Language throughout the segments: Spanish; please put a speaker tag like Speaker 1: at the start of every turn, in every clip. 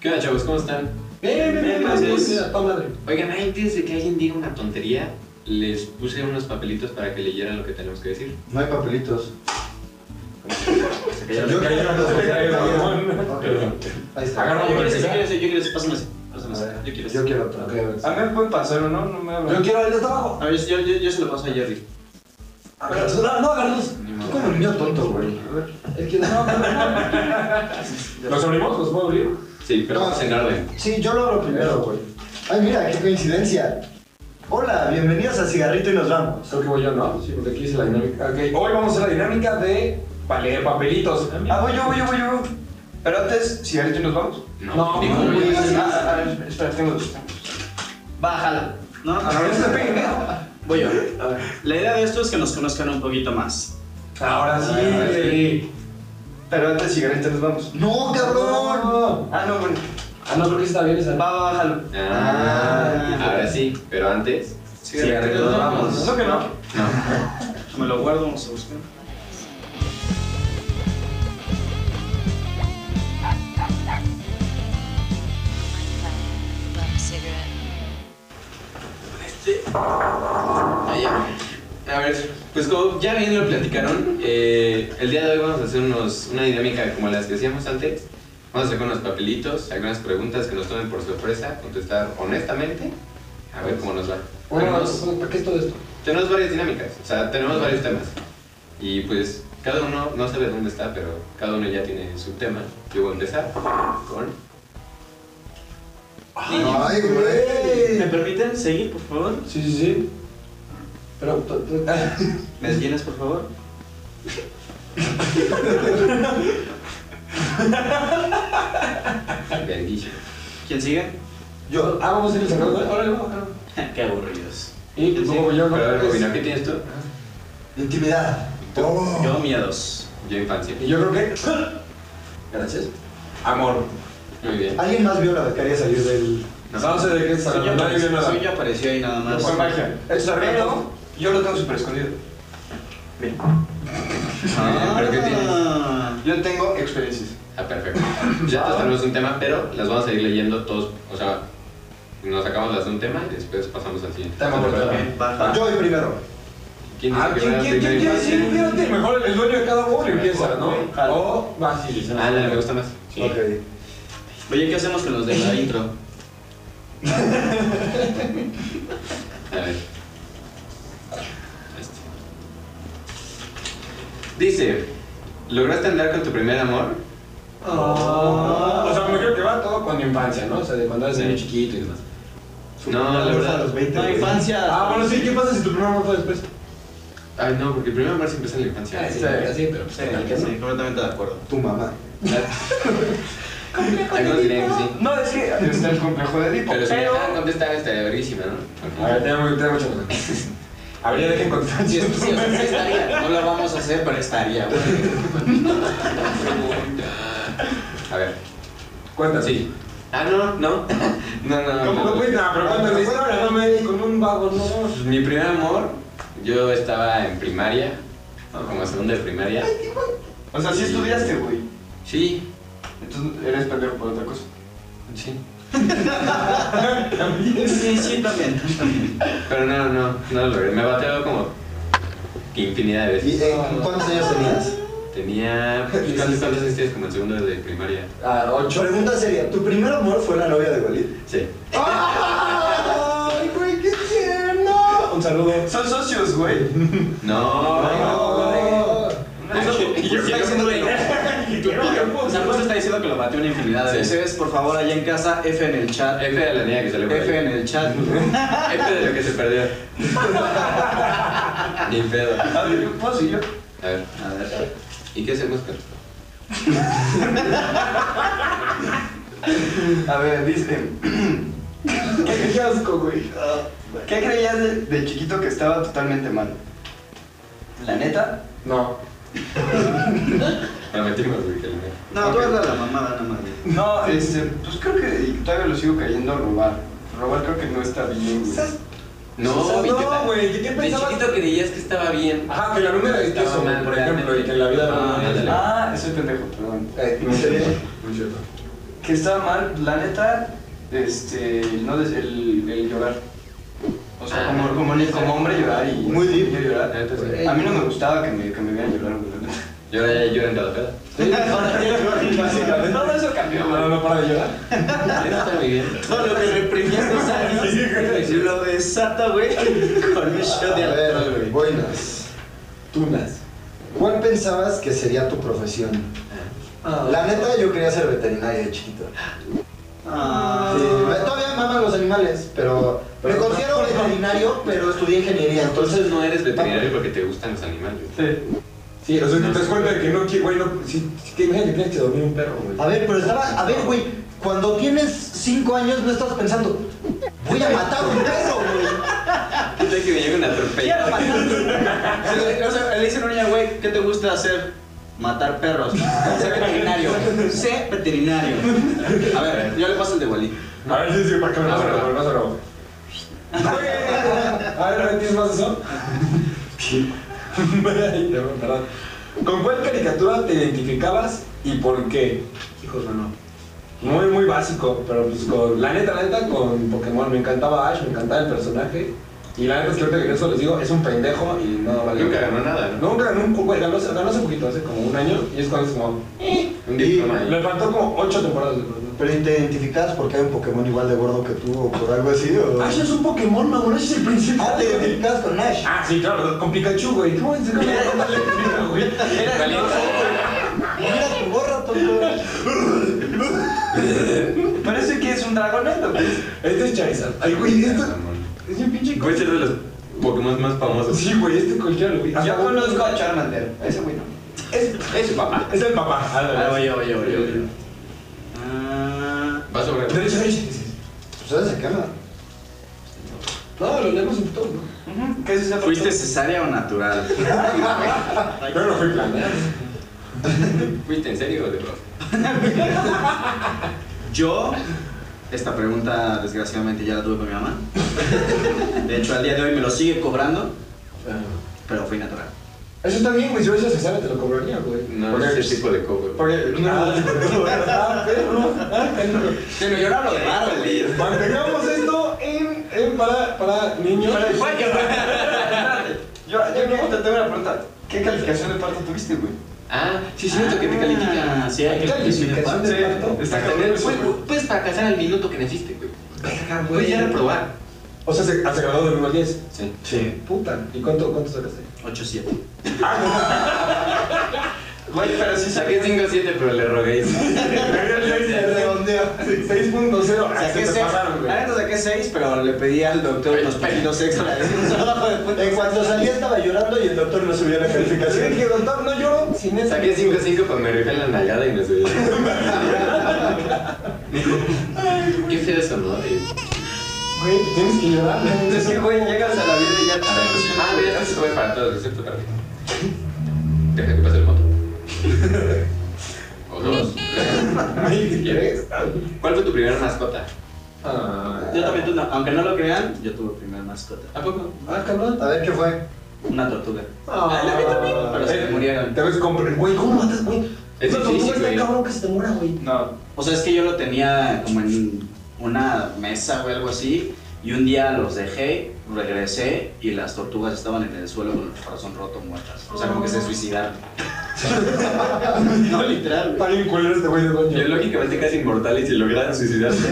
Speaker 1: ¿Qué onda, chavos? ¿Cómo están?
Speaker 2: Bien, bien, bien, más
Speaker 1: Entonces-
Speaker 2: publicidad, pa' madre.
Speaker 1: Oigan, ahí antes de que alguien diga una tontería, les puse unos papelitos para que leyeran lo que tenemos que decir.
Speaker 3: No hay papelitos.
Speaker 1: Se cayeron.
Speaker 3: Yo-
Speaker 2: cayeron los
Speaker 3: Ok. Ahí
Speaker 2: Agarra
Speaker 3: está.
Speaker 1: Yo
Speaker 2: un
Speaker 1: quiero ese, yo
Speaker 2: papelito.
Speaker 1: quiero ese, yo quiero ese, pásame ese, pásame ese,
Speaker 3: Yo
Speaker 1: yo quiero
Speaker 3: quiero.
Speaker 1: ese.
Speaker 3: Yo quiero otro.
Speaker 2: A mí me pueden pasar uno, no me hablan.
Speaker 3: Yo quiero el de abajo.
Speaker 1: A ver, yo, yo, yo se lo paso a Jerry.
Speaker 3: Agarra- No, no agarras.
Speaker 1: Ni modo.
Speaker 3: Tú como niño tonto, güey. A ver. El que no, no, no.
Speaker 2: ¿Los abrimos? ¿Los puedo abrir?
Speaker 1: Sí, pero vamos en orden.
Speaker 3: Sí, yo lo abro primero, güey. Ay, mira, qué coincidencia. Hola, bienvenidos a Cigarrito y nos vamos.
Speaker 2: Creo que voy yo, ¿no? Sí, porque aquí hice la dinámica. Ok, hoy vamos a hacer la dinámica de pa- leer papelitos. Ah, voy yo, voy yo, voy yo. Pero antes, si ahorita nos vamos.
Speaker 1: No, digo,
Speaker 2: güey.
Speaker 1: güey.
Speaker 2: Ah, A ver, espera, tengo dos.
Speaker 4: Bájala. No,
Speaker 2: A ver, este pendejo.
Speaker 3: eh?
Speaker 4: Voy yo.
Speaker 2: A ver.
Speaker 4: La idea de esto es que nos conozcan un poquito más.
Speaker 2: Ahora sí.
Speaker 3: Ahora
Speaker 2: güey. Pero antes, si ahorita nos vamos.
Speaker 3: No, cabrón.
Speaker 2: Ah, no, bueno. Ah, no, creo que está bien esa.
Speaker 4: Va, va, bájalo.
Speaker 1: Ah, ahora sí, pero antes.
Speaker 2: Cigarrito, nos vamos. No, que no.
Speaker 4: Me lo guardo, vamos a buscar.
Speaker 5: Bum cigarette.
Speaker 1: Ah, ya. A ver, pues como ya bien lo platicaron, eh, el día de hoy vamos a hacer unos, una dinámica como las que hacíamos antes. Vamos a hacer unos papelitos, algunas preguntas que nos tomen por sorpresa, contestar honestamente, a ver cómo nos va. Tenemos,
Speaker 2: ¿Para qué es todo esto?
Speaker 1: tenemos varias dinámicas, o sea, tenemos varios temas. Y pues cada uno, no sabe dónde está, pero cada uno ya tiene su tema. Yo voy a empezar con...
Speaker 3: Ay,
Speaker 4: ¿Me
Speaker 3: güey.
Speaker 4: permiten seguir, por favor?
Speaker 2: Sí, sí, sí. Pero. t- t- ah,
Speaker 4: ¿Me llenas, por favor?
Speaker 1: Verguillo.
Speaker 4: ¿Quién sigue?
Speaker 2: Yo. Ah, vamos a ir sacando. Órale, vamos. órale.
Speaker 4: Qué aburridos.
Speaker 2: Y
Speaker 4: Sí,
Speaker 2: pues
Speaker 4: sí.
Speaker 2: luego yo.
Speaker 1: Pero
Speaker 2: ¿no?
Speaker 1: a ver, Rubina,
Speaker 2: Pues,
Speaker 1: ¿qué tienes tú?
Speaker 3: Intimidad. Oh.
Speaker 4: Yo miedos.
Speaker 1: Yo infancia.
Speaker 2: Y yo creo que. Gracias. Amor.
Speaker 1: Muy bien.
Speaker 3: ¿Alguien más vio la becaria salir del.?
Speaker 1: No.
Speaker 2: No sé de qué está
Speaker 4: Soy yo,
Speaker 2: hablando. Nadie vio
Speaker 4: apareció,
Speaker 2: nada.
Speaker 4: soy yo apareció ahí nada más.
Speaker 2: Fue magia. Eso pero yo lo tengo súper escondido. Bien.
Speaker 1: Ah, ¿Pero qué tienes?
Speaker 4: Ah.
Speaker 2: Yo tengo experiencias.
Speaker 1: Ah, perfecto. Ya todos tenemos un tema, pero las vamos a ir leyendo todos. O sea, nos sacamos las de un tema y después pasamos al siguiente.
Speaker 2: Tema, por favor.
Speaker 4: Ok, baja.
Speaker 3: Yo voy primero.
Speaker 1: ¿Quién dice
Speaker 2: Ah,
Speaker 1: que
Speaker 2: ¿quién,
Speaker 1: va primero
Speaker 2: quién, quién
Speaker 1: y
Speaker 2: quiere
Speaker 1: más?
Speaker 2: decir? Fíjate, mejor el dueño de cada uno empieza, ¿no?
Speaker 4: Jalo.
Speaker 2: O va, sí, sí.
Speaker 1: Ah, dale, me gusta más.
Speaker 4: Sí.
Speaker 3: Ok.
Speaker 4: Oye, ¿qué hacemos con los de la intro?
Speaker 1: A ver. Este. Dice, ¿lograste andar con tu primer amor?
Speaker 2: Ah. O sea, me creo que va todo con infancia, ¿no? O sea, de cuando eres
Speaker 1: Sí.
Speaker 2: niño chiquito y demás.
Speaker 1: No, la
Speaker 3: A
Speaker 1: verdad.
Speaker 3: los 20.
Speaker 4: No,
Speaker 3: güey.
Speaker 4: infancia.
Speaker 2: Ah, bueno, sí, ¿qué pasa si tu primer amor fue después?
Speaker 1: Ay, no, porque el primer amor siempre es en la infancia.
Speaker 2: sí, pero
Speaker 4: Sí, sí, completamente de acuerdo.
Speaker 3: Tu mamá.
Speaker 1: Algunos dirían que sí.
Speaker 2: No, es que está el complejo de Edipo.
Speaker 1: Pero ah, si me dejaran contestar estaría verguísima, ¿no?
Speaker 2: A ver, tenemos que tener mucho A ver, ya dejen contestar.
Speaker 4: Sí, sí, sí, estaría. No lo vamos a hacer, pero estaría, güey.
Speaker 1: A ver.
Speaker 2: Cuenta,
Speaker 1: Sí. Ah, no, no. No, no,
Speaker 2: ¿Cómo no
Speaker 1: no.
Speaker 2: puedes nada? Pero cuenta la historia, no me di con un vago, no.
Speaker 1: Pues, Mi primer amor, yo estaba en primaria, o como segundo de primaria.
Speaker 2: O sea, sí estudiaste, güey.
Speaker 1: Sí,
Speaker 2: Entonces eres pendejo por otra cosa.
Speaker 1: sí.
Speaker 4: Sí, sí, también. también.
Speaker 1: Pero no, no, no lo logré. Me bateó como infinidad de
Speaker 3: ¿Y
Speaker 1: veces.
Speaker 3: eh, cuántos años tenías?
Speaker 1: Tenía. pues, ¿Cuántos cuántos años tienes como en segundo de primaria?
Speaker 2: Ah, ocho.
Speaker 3: Pregunta seria: ¿tu primer amor fue la novia de Walid?
Speaker 1: Sí.
Speaker 3: ¡Ay, güey, qué tierno! Un saludo.
Speaker 2: Son socios, güey.
Speaker 1: No,
Speaker 3: No.
Speaker 1: Y yo
Speaker 4: Justo está
Speaker 1: quiero-
Speaker 4: diciendo que lo- O sea, justo está diciendo que lo batió una infinidad de
Speaker 1: Sí.
Speaker 4: veces. Por favor, allá en casa, F en el chat.
Speaker 1: F de la niña que salió por ahí.
Speaker 4: F en el chat.
Speaker 1: F de lo que se perdió. Ni pedo.
Speaker 2: A ver, ¿puedo seguir yo?
Speaker 1: A ver.
Speaker 4: A ver.
Speaker 1: ¿Y qué hacemos con
Speaker 2: A ver, dice. qué, qué asco, güey.
Speaker 3: Ah.
Speaker 2: ¿Qué creías de, de chiquito que estaba totalmente mal? ¿La neta? No.
Speaker 1: La metimos, güey, que la niña.
Speaker 4: No, tú habla la mamada, no mames.
Speaker 2: No, este, pues creo que y todavía lo sigo cayendo a robar. Robar creo que no está bien, güey.
Speaker 1: No,
Speaker 2: O sea,
Speaker 1: güey, ¿qué
Speaker 2: no,
Speaker 1: tal?
Speaker 2: güey, ¿qué- qué
Speaker 1: De
Speaker 2: pensabas?
Speaker 1: chiquito creías que estaba bien.
Speaker 2: Ajá, que la luna es
Speaker 1: Estaba
Speaker 2: queso,
Speaker 1: mal,
Speaker 2: por ejemplo, y que en la vida
Speaker 1: Ah,
Speaker 2: no.
Speaker 1: ándale.
Speaker 2: Ah, soy pendejo, perdón.
Speaker 3: Eh, no sé.
Speaker 2: Muy cierto.
Speaker 6: Este, que estaba mal, la neta, este, el no des- el, el llorar. O sea, como, como, ni- como hombre llorar y
Speaker 3: Muy deep.
Speaker 6: yo llorar.
Speaker 1: La neta, sí.
Speaker 6: A mí no me gustaba que me, que me vieran llorar, güey, la neta.
Speaker 1: Yo ahora ya lloro en cada peda.
Speaker 6: Básicamente. Todo eso cambió, güey.
Speaker 4: no para de llorar.
Speaker 1: Eso está muy bien.
Speaker 4: Todo lo que reprimías dos años lo desata, güey, con un
Speaker 3: A
Speaker 4: shot de alcohol,
Speaker 3: ver,
Speaker 4: güey.
Speaker 3: buenas.
Speaker 4: Tunas.
Speaker 3: ¿Cuál pensabas que sería tu profesión? La neta, yo quería ser veterinario de chiquito.
Speaker 4: Ah,
Speaker 3: Sí, me- todavía maman los animales, pero me considero veterinario, pero estudié ingeniería, entonces
Speaker 1: Entonces no eres veterinario porque te gustan los animales.
Speaker 4: Sí, o sea,
Speaker 1: No.
Speaker 4: te das cuenta de que no quiero, güey, no, si, si te imaginas que tienes que dormir un perro, güey.
Speaker 3: A ver, pero estaba, a ver, güey, cuando tienes 5 años no estás pensando, voy a matar un perro, güey.
Speaker 1: Es de que me llegue una
Speaker 3: Quiero
Speaker 1: atropella.
Speaker 3: matar.
Speaker 4: O sea, le dicen a un niño, güey, ¿qué te gusta hacer? Matar perros. Sé veterinario. Sé veterinario. A ver, yo le paso el de Wally.
Speaker 2: A ver, sí, sí, para que me pase,
Speaker 1: Ah,
Speaker 2: para que me pase, bravo.
Speaker 4: A ver, ¿me entiendes más eso?
Speaker 2: Ay, te voy, perdón. ¿Con cuál caricatura te identificabas y por qué?
Speaker 4: Hijos, no.
Speaker 2: Muy, muy básico, pero pues con, la neta, la neta, con Pokémon. Me encantaba Ash, me encantaba el personaje. Y la neta es que ahorita que eso les digo, es un pendejo y no vale.
Speaker 1: Nunca ganó nada, ¿no?
Speaker 2: Nunca ganó un cu- güey, ganó, ganó hace poquito, hace como un año, y es cuando es como.
Speaker 1: Un diploma ahí.
Speaker 2: Le faltó como ocho temporadas de Pokémon.
Speaker 3: Pero ¿y te identificas porque hay un Pokémon igual de gordo que tú o por algo así o.
Speaker 2: Ash es un Pokémon, mamón, Ash es el
Speaker 3: Ah,
Speaker 2: principal.
Speaker 3: te identificas con Ash.
Speaker 2: Ah, sí, claro, con Pikachu, güey. ¿Cómo es que no le Pikachu, güey?
Speaker 3: Mira tu gorra, tonto.
Speaker 6: Parece que es un dragoneto, güey.
Speaker 2: Este es Charizard. Ay, güey, esto es un pinche
Speaker 1: Puede ser de los Pokémon más famosos.
Speaker 2: Sí, güey, este cualquiera lo vi. Hasta
Speaker 6: Yo
Speaker 2: un-
Speaker 6: conozco a Charmander, a ese güey no.
Speaker 2: Es,
Speaker 4: Es su papá.
Speaker 2: es el papá. Ah, la verdad.
Speaker 4: Oye, oye, oye, oye. Ah,
Speaker 1: Vas a ver.
Speaker 2: Derecho, derecho. sí, sí.
Speaker 3: Pues se cama.
Speaker 2: No, lo leemos en todo, ¿no?
Speaker 6: ¿Qué es esa foto?
Speaker 4: ¿Fuiste cesárea o natural?
Speaker 2: Yo no fui planeado.
Speaker 1: ¿Fuiste en serio o de broma?
Speaker 4: Yo, esta pregunta desgraciadamente ya la tuve con mi mamá. De hecho, al día de hoy me lo sigue cobrando, pero fui natural.
Speaker 2: Eso está bien, güey. Si hubiese cesárea te lo cobraría, güey.
Speaker 1: No,
Speaker 2: Porque-
Speaker 1: es ese tipo de cover.
Speaker 2: Porque. No, ah, perro, ah, perro.
Speaker 4: Pero yo no lo paro, güey.
Speaker 2: Mantengamos esto en, en para, para niños.
Speaker 6: Yo, yo no, te tengo una pregunta. ¿Qué calificación de parto tuviste, güey?
Speaker 1: Ah, sí, es cierto que te califican.
Speaker 4: Sí, hay
Speaker 2: Calificación de parto.
Speaker 6: Está
Speaker 1: Para
Speaker 6: cabrón
Speaker 1: tener-
Speaker 6: eso,
Speaker 1: güey,
Speaker 6: güey.
Speaker 1: Puedes fracasar al minuto que naciste, güey.
Speaker 2: Verga,
Speaker 1: Puedes ya reprobar.
Speaker 2: O sea, se, se graduó del 1 al 10.
Speaker 1: Sí.
Speaker 2: Sí. Puta. ¿Y cuánto, cuánto sacaste?
Speaker 4: 8-7.
Speaker 6: Güey, pero sí
Speaker 1: Saqué
Speaker 6: saqué
Speaker 1: 5 7, pero le rogué.
Speaker 2: Redondea. 6.0. Ah,
Speaker 4: Saqué
Speaker 2: Se te
Speaker 4: 6,
Speaker 2: pasaron, güey.
Speaker 4: la neta saqué 6, pero le pedí al doctor unos pequeños extra.
Speaker 3: En cuanto salí estaba llorando y el doctor no subió la
Speaker 2: Así
Speaker 3: calificación.
Speaker 2: que, doctor, no lloro sin esa.
Speaker 1: Saqué 5 5 para me rifé la nalgada y me subí. Qué feo eso, ¿no? Eh, Y-
Speaker 2: Güey, tienes que llorar.
Speaker 6: Es que, güey, llegas a la vida y ya te
Speaker 1: Ah, mira, esto se come para todos, excepto para mí. Deja que pase el moto. O dos.
Speaker 2: Ay, ¿Quieres?
Speaker 1: ¿Cuál fue tu primera mascota?
Speaker 2: Ah,
Speaker 4: Yo también tuve una, aunque no lo crean, yo tuve primera mascota.
Speaker 1: ¿A poco?
Speaker 2: ah, cabrón.
Speaker 3: A ver qué fue.
Speaker 4: Una tortuga.
Speaker 2: Ah,
Speaker 4: la vi también. Pero se te murieron.
Speaker 2: Te ves comprar. Güey, ¿cómo matas, güey?
Speaker 1: Es
Speaker 2: Una tortuga
Speaker 1: difícil,
Speaker 2: está
Speaker 1: güey.
Speaker 2: cabrón que se te muera, güey.
Speaker 6: No.
Speaker 4: O sea, es que yo lo tenía como en una mesa o algo así. Y un día los dejé, regresé y las tortugas estaban en el suelo con el corazón roto, muertas. O sea, como que
Speaker 7: Oh.
Speaker 4: se suicidaron. no, literal. güey.
Speaker 2: Está bien culero este güey de doña.
Speaker 1: Biológicamente casi inmortales y lograron suicidarse.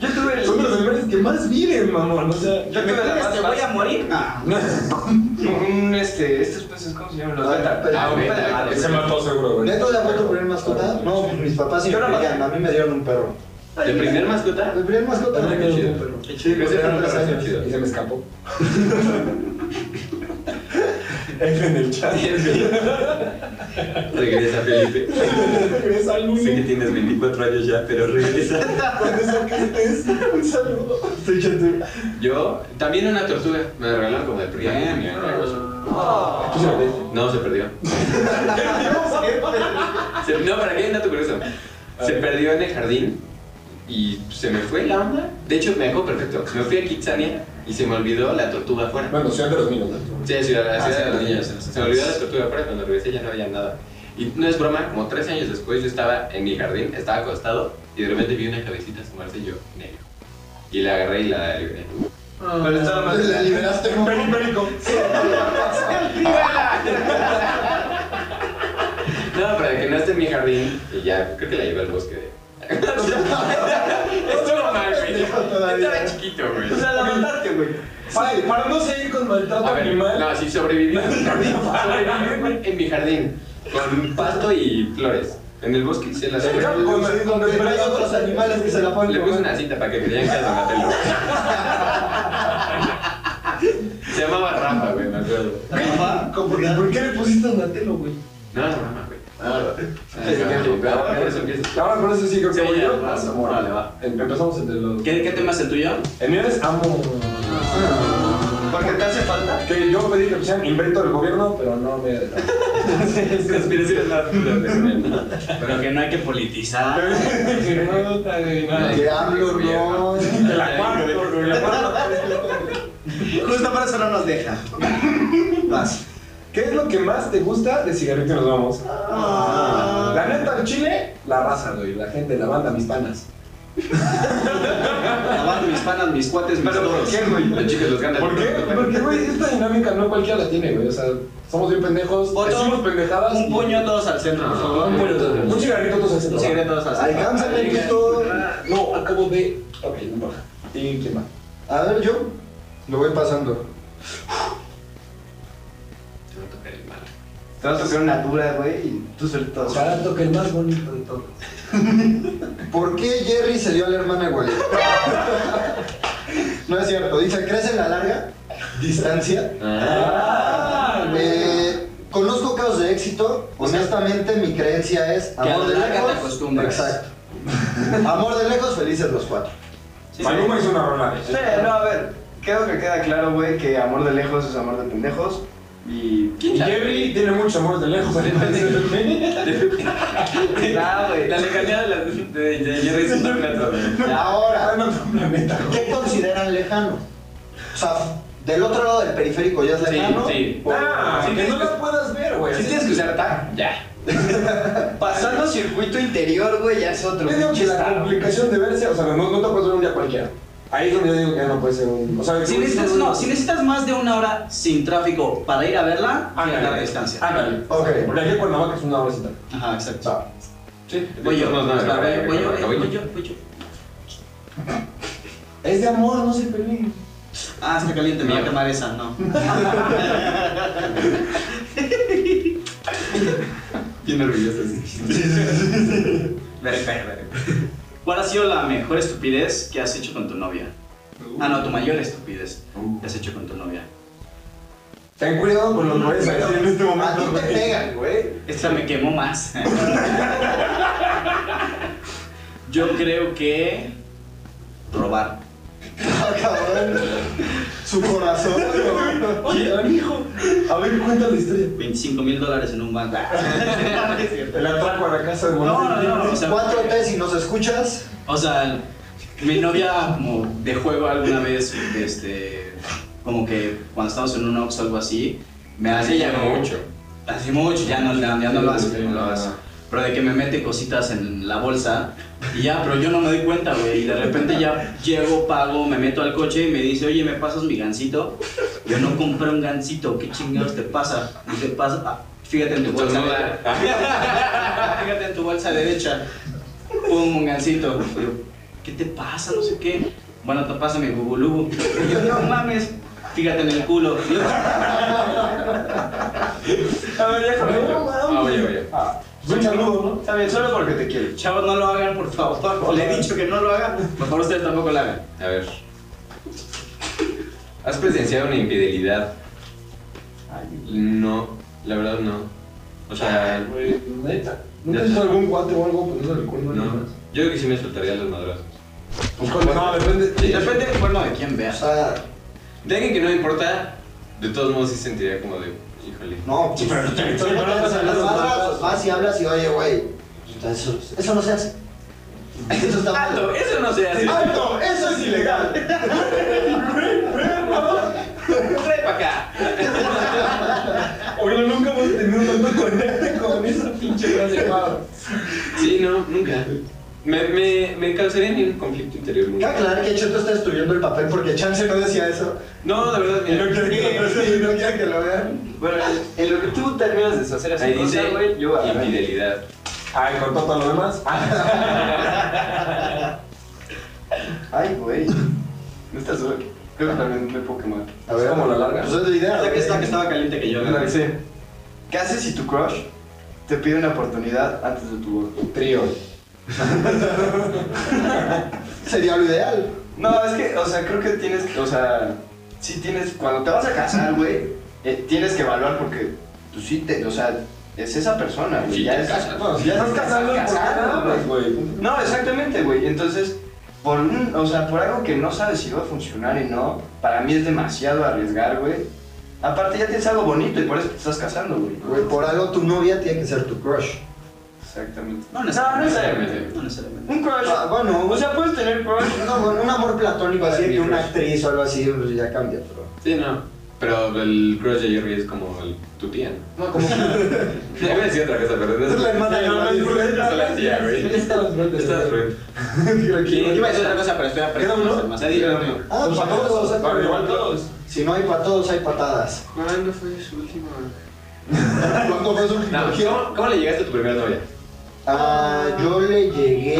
Speaker 6: Yo tuve el...
Speaker 2: Son de los animales que más viven, mamón. O sea,
Speaker 6: Yo tuve la más
Speaker 4: ¿Te voy a
Speaker 6: fácil.
Speaker 4: morir? Ah.
Speaker 6: Un, este, estos peces, ¿cómo se llaman? Los
Speaker 3: Ah,
Speaker 6: beta.
Speaker 3: pero-
Speaker 6: Ah, un
Speaker 1: pero-
Speaker 6: beta.
Speaker 2: se mató seguro, güey.
Speaker 3: ¿Neto ya fue tu primer mascota? No, pues mis papás sí
Speaker 6: Yo
Speaker 3: me
Speaker 6: la maté.
Speaker 3: querían, a mí me dieron un perro.
Speaker 1: ¿Tu primer mascota?
Speaker 3: Mi primer mascota
Speaker 2: También
Speaker 3: fue
Speaker 2: me dio
Speaker 3: chido.
Speaker 2: un perro.
Speaker 3: Sí,
Speaker 1: Ese fue un
Speaker 3: tres
Speaker 1: perro
Speaker 3: años.
Speaker 1: chido.
Speaker 2: Y se me escapó. F en el chat.
Speaker 1: Regresa, Felipe.
Speaker 2: Regresa al
Speaker 1: Sé que
Speaker 2: lunes.
Speaker 1: tienes 24 años ya, pero regresa.
Speaker 2: Cuando sacaste, un saludo.
Speaker 3: Estoy chato.
Speaker 1: Yo, también una tortuga. Me la regalaron como de prima.
Speaker 4: Bien.
Speaker 1: tenía un negocio.
Speaker 2: Tú se lo ves.
Speaker 1: No, se perdió. Se- no, para qué hay un dato curioso. Se perdió en el jardín y se me fue la onda. De hecho, me dejó perfecto. Me fui a Kitsania y se me olvidó la tortuga afuera.
Speaker 2: Bueno, ciudad de los niños, ¿no?
Speaker 1: Sí, ciudad, la
Speaker 4: Ah,
Speaker 1: ciudad
Speaker 4: sí,
Speaker 1: de los
Speaker 4: sí,
Speaker 1: niños.
Speaker 4: sí, sí.
Speaker 1: Se me olvidó la tortuga afuera. Cuando regresé ya no había nada. Y no es broma, como tres años después yo estaba en mi jardín, estaba acostado y de repente vi una cabecita asomarse y yo, negro. Y la agarré y la libré.
Speaker 7: Pero estaba más.
Speaker 3: La liberaste como.
Speaker 1: No, para que no esté en mi jardín y ya, creo que la llevé al bosque de... Estuvo mal, güey.
Speaker 3: Pendejo todavía.
Speaker 1: Estaba chiquito, güey.
Speaker 7: O sea, la mataste, güey.
Speaker 2: Para, para no seguir con maltrato
Speaker 1: A ver,
Speaker 2: animal.
Speaker 1: no, sí sobreviví. sobreviví en mi jardín, con pasto y flores. En el bosque se las
Speaker 2: Con-
Speaker 3: Con,
Speaker 2: con-
Speaker 3: con hay otros animales que se la ponen.
Speaker 1: Le puse
Speaker 3: como-
Speaker 1: una cita para que creían que era Donatello. Se llamaba Rafa, güey, me acuerdo.
Speaker 3: ¿Cómo? ¿Por qué- ¿Por qué le pusiste a Natelo, güey?
Speaker 1: No, no, Rafa, güey.
Speaker 2: Ahora
Speaker 1: Por
Speaker 2: por
Speaker 1: eso
Speaker 2: eso-
Speaker 1: empiezas.
Speaker 2: ahora por eso sí creo que
Speaker 1: Sí,
Speaker 2: voy
Speaker 1: ya,
Speaker 2: yo.
Speaker 1: vas,
Speaker 2: Vas,
Speaker 4: órale, va.
Speaker 2: Em- Empezamos entre los.
Speaker 4: ¿Qué, ¿Qué tema es el tuyo?
Speaker 2: El mío es amo.
Speaker 7: Porque te hace falta.
Speaker 2: Que yo pedí que pusieran invento del gobierno, pero no me dejaron.
Speaker 1: Conspiraciones más duras de comer, ¿no?
Speaker 4: Pero que no hay que politizar.
Speaker 3: Que hablo, no.
Speaker 2: Te la cuarto, güey, la cuarto.
Speaker 7: Justo para eso no nos deja. Vas.
Speaker 2: ¿Qué es lo que más te gusta de cigarrito y nos vamos?
Speaker 4: Ah.
Speaker 2: La neta, el chile, la raza, güey. La gente, la banda, mis panas.
Speaker 4: Lavando mis panas, mis cuates, mis
Speaker 7: Pero ¿por
Speaker 4: toros.
Speaker 7: qué, güey?
Speaker 1: Los chicos los ganan.
Speaker 2: ¿Por qué? Porque, güey, esta dinámica no cualquiera la tiene, güey. O sea, somos bien pendejos,
Speaker 4: Otro,
Speaker 2: decimos pendejadas.
Speaker 4: Un
Speaker 2: y-
Speaker 4: puño todos al centro, por favor.
Speaker 2: Un puño, todo. Un cigarrito, todos hacen.
Speaker 4: Un cigarro todos al centro.
Speaker 3: Alcánzame, Cristo.
Speaker 2: No, acabo de. Ok, no importa. ¿Y quién va?
Speaker 3: A ver, yo lo voy pasando.
Speaker 1: Te va a tocar el mal.
Speaker 7: Te vas a tocar una dura, güey, y tú solito.
Speaker 2: Ojalá toque el más bonito de todos.
Speaker 3: ¿Por qué Jerry se dio a la hermana igual? no es cierto. Dice, crece la larga distancia.
Speaker 4: Ah.
Speaker 1: Ah,
Speaker 2: Ah,
Speaker 3: Eh, conozco casos de éxito. Honestamente, mi creencia es
Speaker 4: a
Speaker 3: amor
Speaker 4: la
Speaker 3: de
Speaker 4: larga te
Speaker 3: lejos.
Speaker 4: acostumbras.
Speaker 3: Exacto. Amor de lejos, felices los cuatro.
Speaker 4: Sí, sí.
Speaker 2: Maluma hizo una rola.
Speaker 7: Sí, no, a ver. Creo que queda claro, güey, que amor de lejos es amor de pendejos. Y.
Speaker 2: Y Jerry tiene mucho amor de lejos.
Speaker 4: Ah,
Speaker 7: Nah, güey.
Speaker 1: La lejanía de la- de de Jerry es un plato, güey.
Speaker 3: Ahora,
Speaker 2: no planeta.
Speaker 3: ¿qué consideran lejano? O sea, del otro lado del periférico ya es
Speaker 1: Sí,
Speaker 3: lejano.
Speaker 1: sí.
Speaker 3: O-
Speaker 2: Ah, que no la puedas ver, güey.
Speaker 1: Si tienes que usar tag, ya.
Speaker 7: Pasando circuito interior, güey, ya es otro.
Speaker 2: Yo digo que
Speaker 7: pinche
Speaker 2: la
Speaker 7: estado.
Speaker 2: complicación de verse, o sea, no, no te puedes ver un día cualquiera. Ahí es donde yo digo que ya no puede ser un. O sea,
Speaker 4: Si necesitas, no, si necesitas más de una hora sin tráfico para ir a verla, a
Speaker 2: Ándale.
Speaker 4: larga distancia.
Speaker 2: Ándale.
Speaker 3: Ok.
Speaker 2: Porque aquí en Cuernavaca es una hora sin tal.
Speaker 4: Ajá, exacto.
Speaker 2: Va. Sí.
Speaker 4: Voy yo,
Speaker 1: No, no, no,
Speaker 4: espera,
Speaker 1: no,
Speaker 4: voy
Speaker 1: no,
Speaker 4: voy
Speaker 1: no,
Speaker 4: yo,
Speaker 1: no,
Speaker 4: eh,
Speaker 1: no.
Speaker 4: voy yo, voy yo.
Speaker 2: Es de amor, no se peleen.
Speaker 4: Ah, está caliente, me va a
Speaker 1: Mío.
Speaker 4: quemar esa, no.
Speaker 1: Bien orgulloso. sí.
Speaker 4: Veré, veré, veré. ¿Cuál ha sido la mejor estupidez que has hecho con tu novia? Ah, no, tu mayor estupidez que has hecho con tu novia.
Speaker 2: Ten cuidado con lo que vas a decir en este
Speaker 3: A ti
Speaker 2: momento.
Speaker 3: te pegan, güey.
Speaker 4: Esta me quemó más. Yo creo que. robar.
Speaker 2: Ah,
Speaker 3: Cabrón. Su corazón. güey.
Speaker 2: Oye, hijo. A ver, cuenta la historia.
Speaker 4: 25 mil dólares en un banco.
Speaker 2: El atraco a la casa de
Speaker 4: No, no, no. O sea,
Speaker 3: Cuatro T si nos escuchas.
Speaker 4: O sea, mi novia como de juego alguna vez, este, como que cuando estábamos en un Ox o algo así, me hace
Speaker 1: Así ya
Speaker 4: ya
Speaker 1: no mucho.
Speaker 4: Hace mucho, ya no, ya no lo hace,
Speaker 1: Sí,
Speaker 4: no lo
Speaker 1: no.
Speaker 4: hace. Pero de que me mete cositas en la bolsa y ya, pero yo no me doy cuenta, güey. Y de repente ya llego, pago, me meto al coche y me dice, oye, ¿me pasas mi gancito? Yo no compré un gancito, ¿qué chingados te pasa? Y te pasa, "Ah, fíjate en tu bolsa.
Speaker 1: Estornuda.
Speaker 4: Fíjate en tu bolsa derecha. Pum, un gancito. Yo, ¿Qué te pasa? No sé qué. Bueno, te pasa mi bubulubu. Y yo, no mames. Fíjate en el culo. Y yo,
Speaker 2: A ver, déjame.
Speaker 1: Ah, oye, oye.
Speaker 2: Ah, pues un saludo, ¿no?
Speaker 7: Está bien, solo porque te quiero.
Speaker 4: Chavos, no lo hagan, por favor. Le he dicho que no lo hagan. Por favor, ustedes tampoco lo hagan.
Speaker 1: A ver. ¿Has presenciado una infidelidad? No, la verdad no. O sea,
Speaker 2: Güey, neta. ¿No te has hecho algún guate o algo pues, poniendo el cuerno?
Speaker 1: no. Yo creo que sí me soltaría los madrazos.
Speaker 2: No, depende.
Speaker 1: Sí.
Speaker 4: Depende del cuerno de quién
Speaker 3: O
Speaker 4: veas.
Speaker 3: sea,
Speaker 1: De alguien que no me importa, de todos modos sí sentiría como de, híjole.
Speaker 3: no. pues,
Speaker 2: pero no te-
Speaker 3: solo
Speaker 2: pero no te
Speaker 3: pones
Speaker 2: salen los
Speaker 3: más
Speaker 2: madrazos.
Speaker 3: Vas y hablas y oye, güey. pues, Eso, eso no se hace. Eso está mal.
Speaker 1: ¡Alto! Eso no se hace.
Speaker 3: ¡Alto! Eso es ilegal.
Speaker 1: ¡Trae para acá!
Speaker 2: Oye, nunca hemos tenido tanto con él.
Speaker 8: esa pinche frase, wow.
Speaker 1: Sí, no, nunca. Me, me, me causaría ni un conflicto interior.
Speaker 3: Cabe
Speaker 2: Ah,
Speaker 1: nunca.
Speaker 3: aclarar que Cheto está destruyendo el papel porque Chance no decía eso.
Speaker 1: No, de verdad,
Speaker 3: Y no quiere que lo,
Speaker 1: mira.
Speaker 3: sí, no quiere que lo vean.
Speaker 2: Bueno, en lo que tú terminas de deshacer así
Speaker 1: Ahí dice
Speaker 2: cosas, güey, yo a ver.
Speaker 1: infidelidad.
Speaker 8: Ay, con todo lo demás. Ah,
Speaker 2: Ay, güey. ¿No estás solo? Creo que también me puedo quemar.
Speaker 3: A ver,
Speaker 8: Es como la larga.
Speaker 3: Pues es la idea.
Speaker 4: Esta que,
Speaker 3: güey.
Speaker 4: esta que estaba caliente que yo.
Speaker 2: La dice, ¿qué haces si tu crush te pide una oportunidad antes de tu boda?
Speaker 8: Trío.
Speaker 3: Sería lo ideal.
Speaker 2: No, es que, o sea, creo que tienes que, o sea, sí tienes, cuando te vas a casar, güey, eh, tienes que evaluar porque tú sí te, o sea, es esa persona, güey.
Speaker 1: Sí,
Speaker 2: ya
Speaker 1: te
Speaker 2: es-
Speaker 1: casas.
Speaker 8: No, si ya estás casado, ¿por qué
Speaker 2: Casado,
Speaker 8: nada más, güey?
Speaker 2: No, exactamente, güey. Entonces, por, un- o sea, por algo que no sabes si va a funcionar y no, para mí es demasiado arriesgar, güey. Aparte, ya tienes algo bonito y por eso te estás casando, güey.
Speaker 3: Güey, por algo tu novia tiene que ser tu crush.
Speaker 2: Exactamente. No,
Speaker 4: No
Speaker 2: no
Speaker 4: necesariamente.
Speaker 1: necesariamente.
Speaker 4: No necesariamente.
Speaker 2: Un crush.
Speaker 3: Ah, bueno,
Speaker 2: O sea, puedes tener crush.
Speaker 3: No, bueno, un amor platónico así,
Speaker 2: Sí,
Speaker 3: que
Speaker 2: mi
Speaker 3: una
Speaker 2: crush.
Speaker 3: actriz o algo así, pues ya cambia, pero...
Speaker 1: Sí, no. Pero el crush de Jerry es como el, tu tía, ¿no?
Speaker 8: No, como
Speaker 1: Iba a decir otra cosa, pero no
Speaker 3: Es la hermana de
Speaker 1: no, no,
Speaker 3: Mario.
Speaker 1: es la- es la tía, güey.
Speaker 8: Estás bien,
Speaker 1: Estás bien.
Speaker 4: Yo iba a decir otra cosa, pero estoy apretando.
Speaker 3: uno?
Speaker 4: las demás. Nadie lo vio.
Speaker 3: Ah, para todos, hay
Speaker 8: Vale,
Speaker 3: para
Speaker 8: igual
Speaker 3: todos. Si no hay para todos, hay patadas.
Speaker 1: ¿Cuándo fue su última?
Speaker 3: ¿Cuándo fue su
Speaker 1: No,
Speaker 3: cirugía?
Speaker 1: ¿cómo, ¿Cómo le llegaste a tu primera novia?
Speaker 3: Ah, yo le llegué...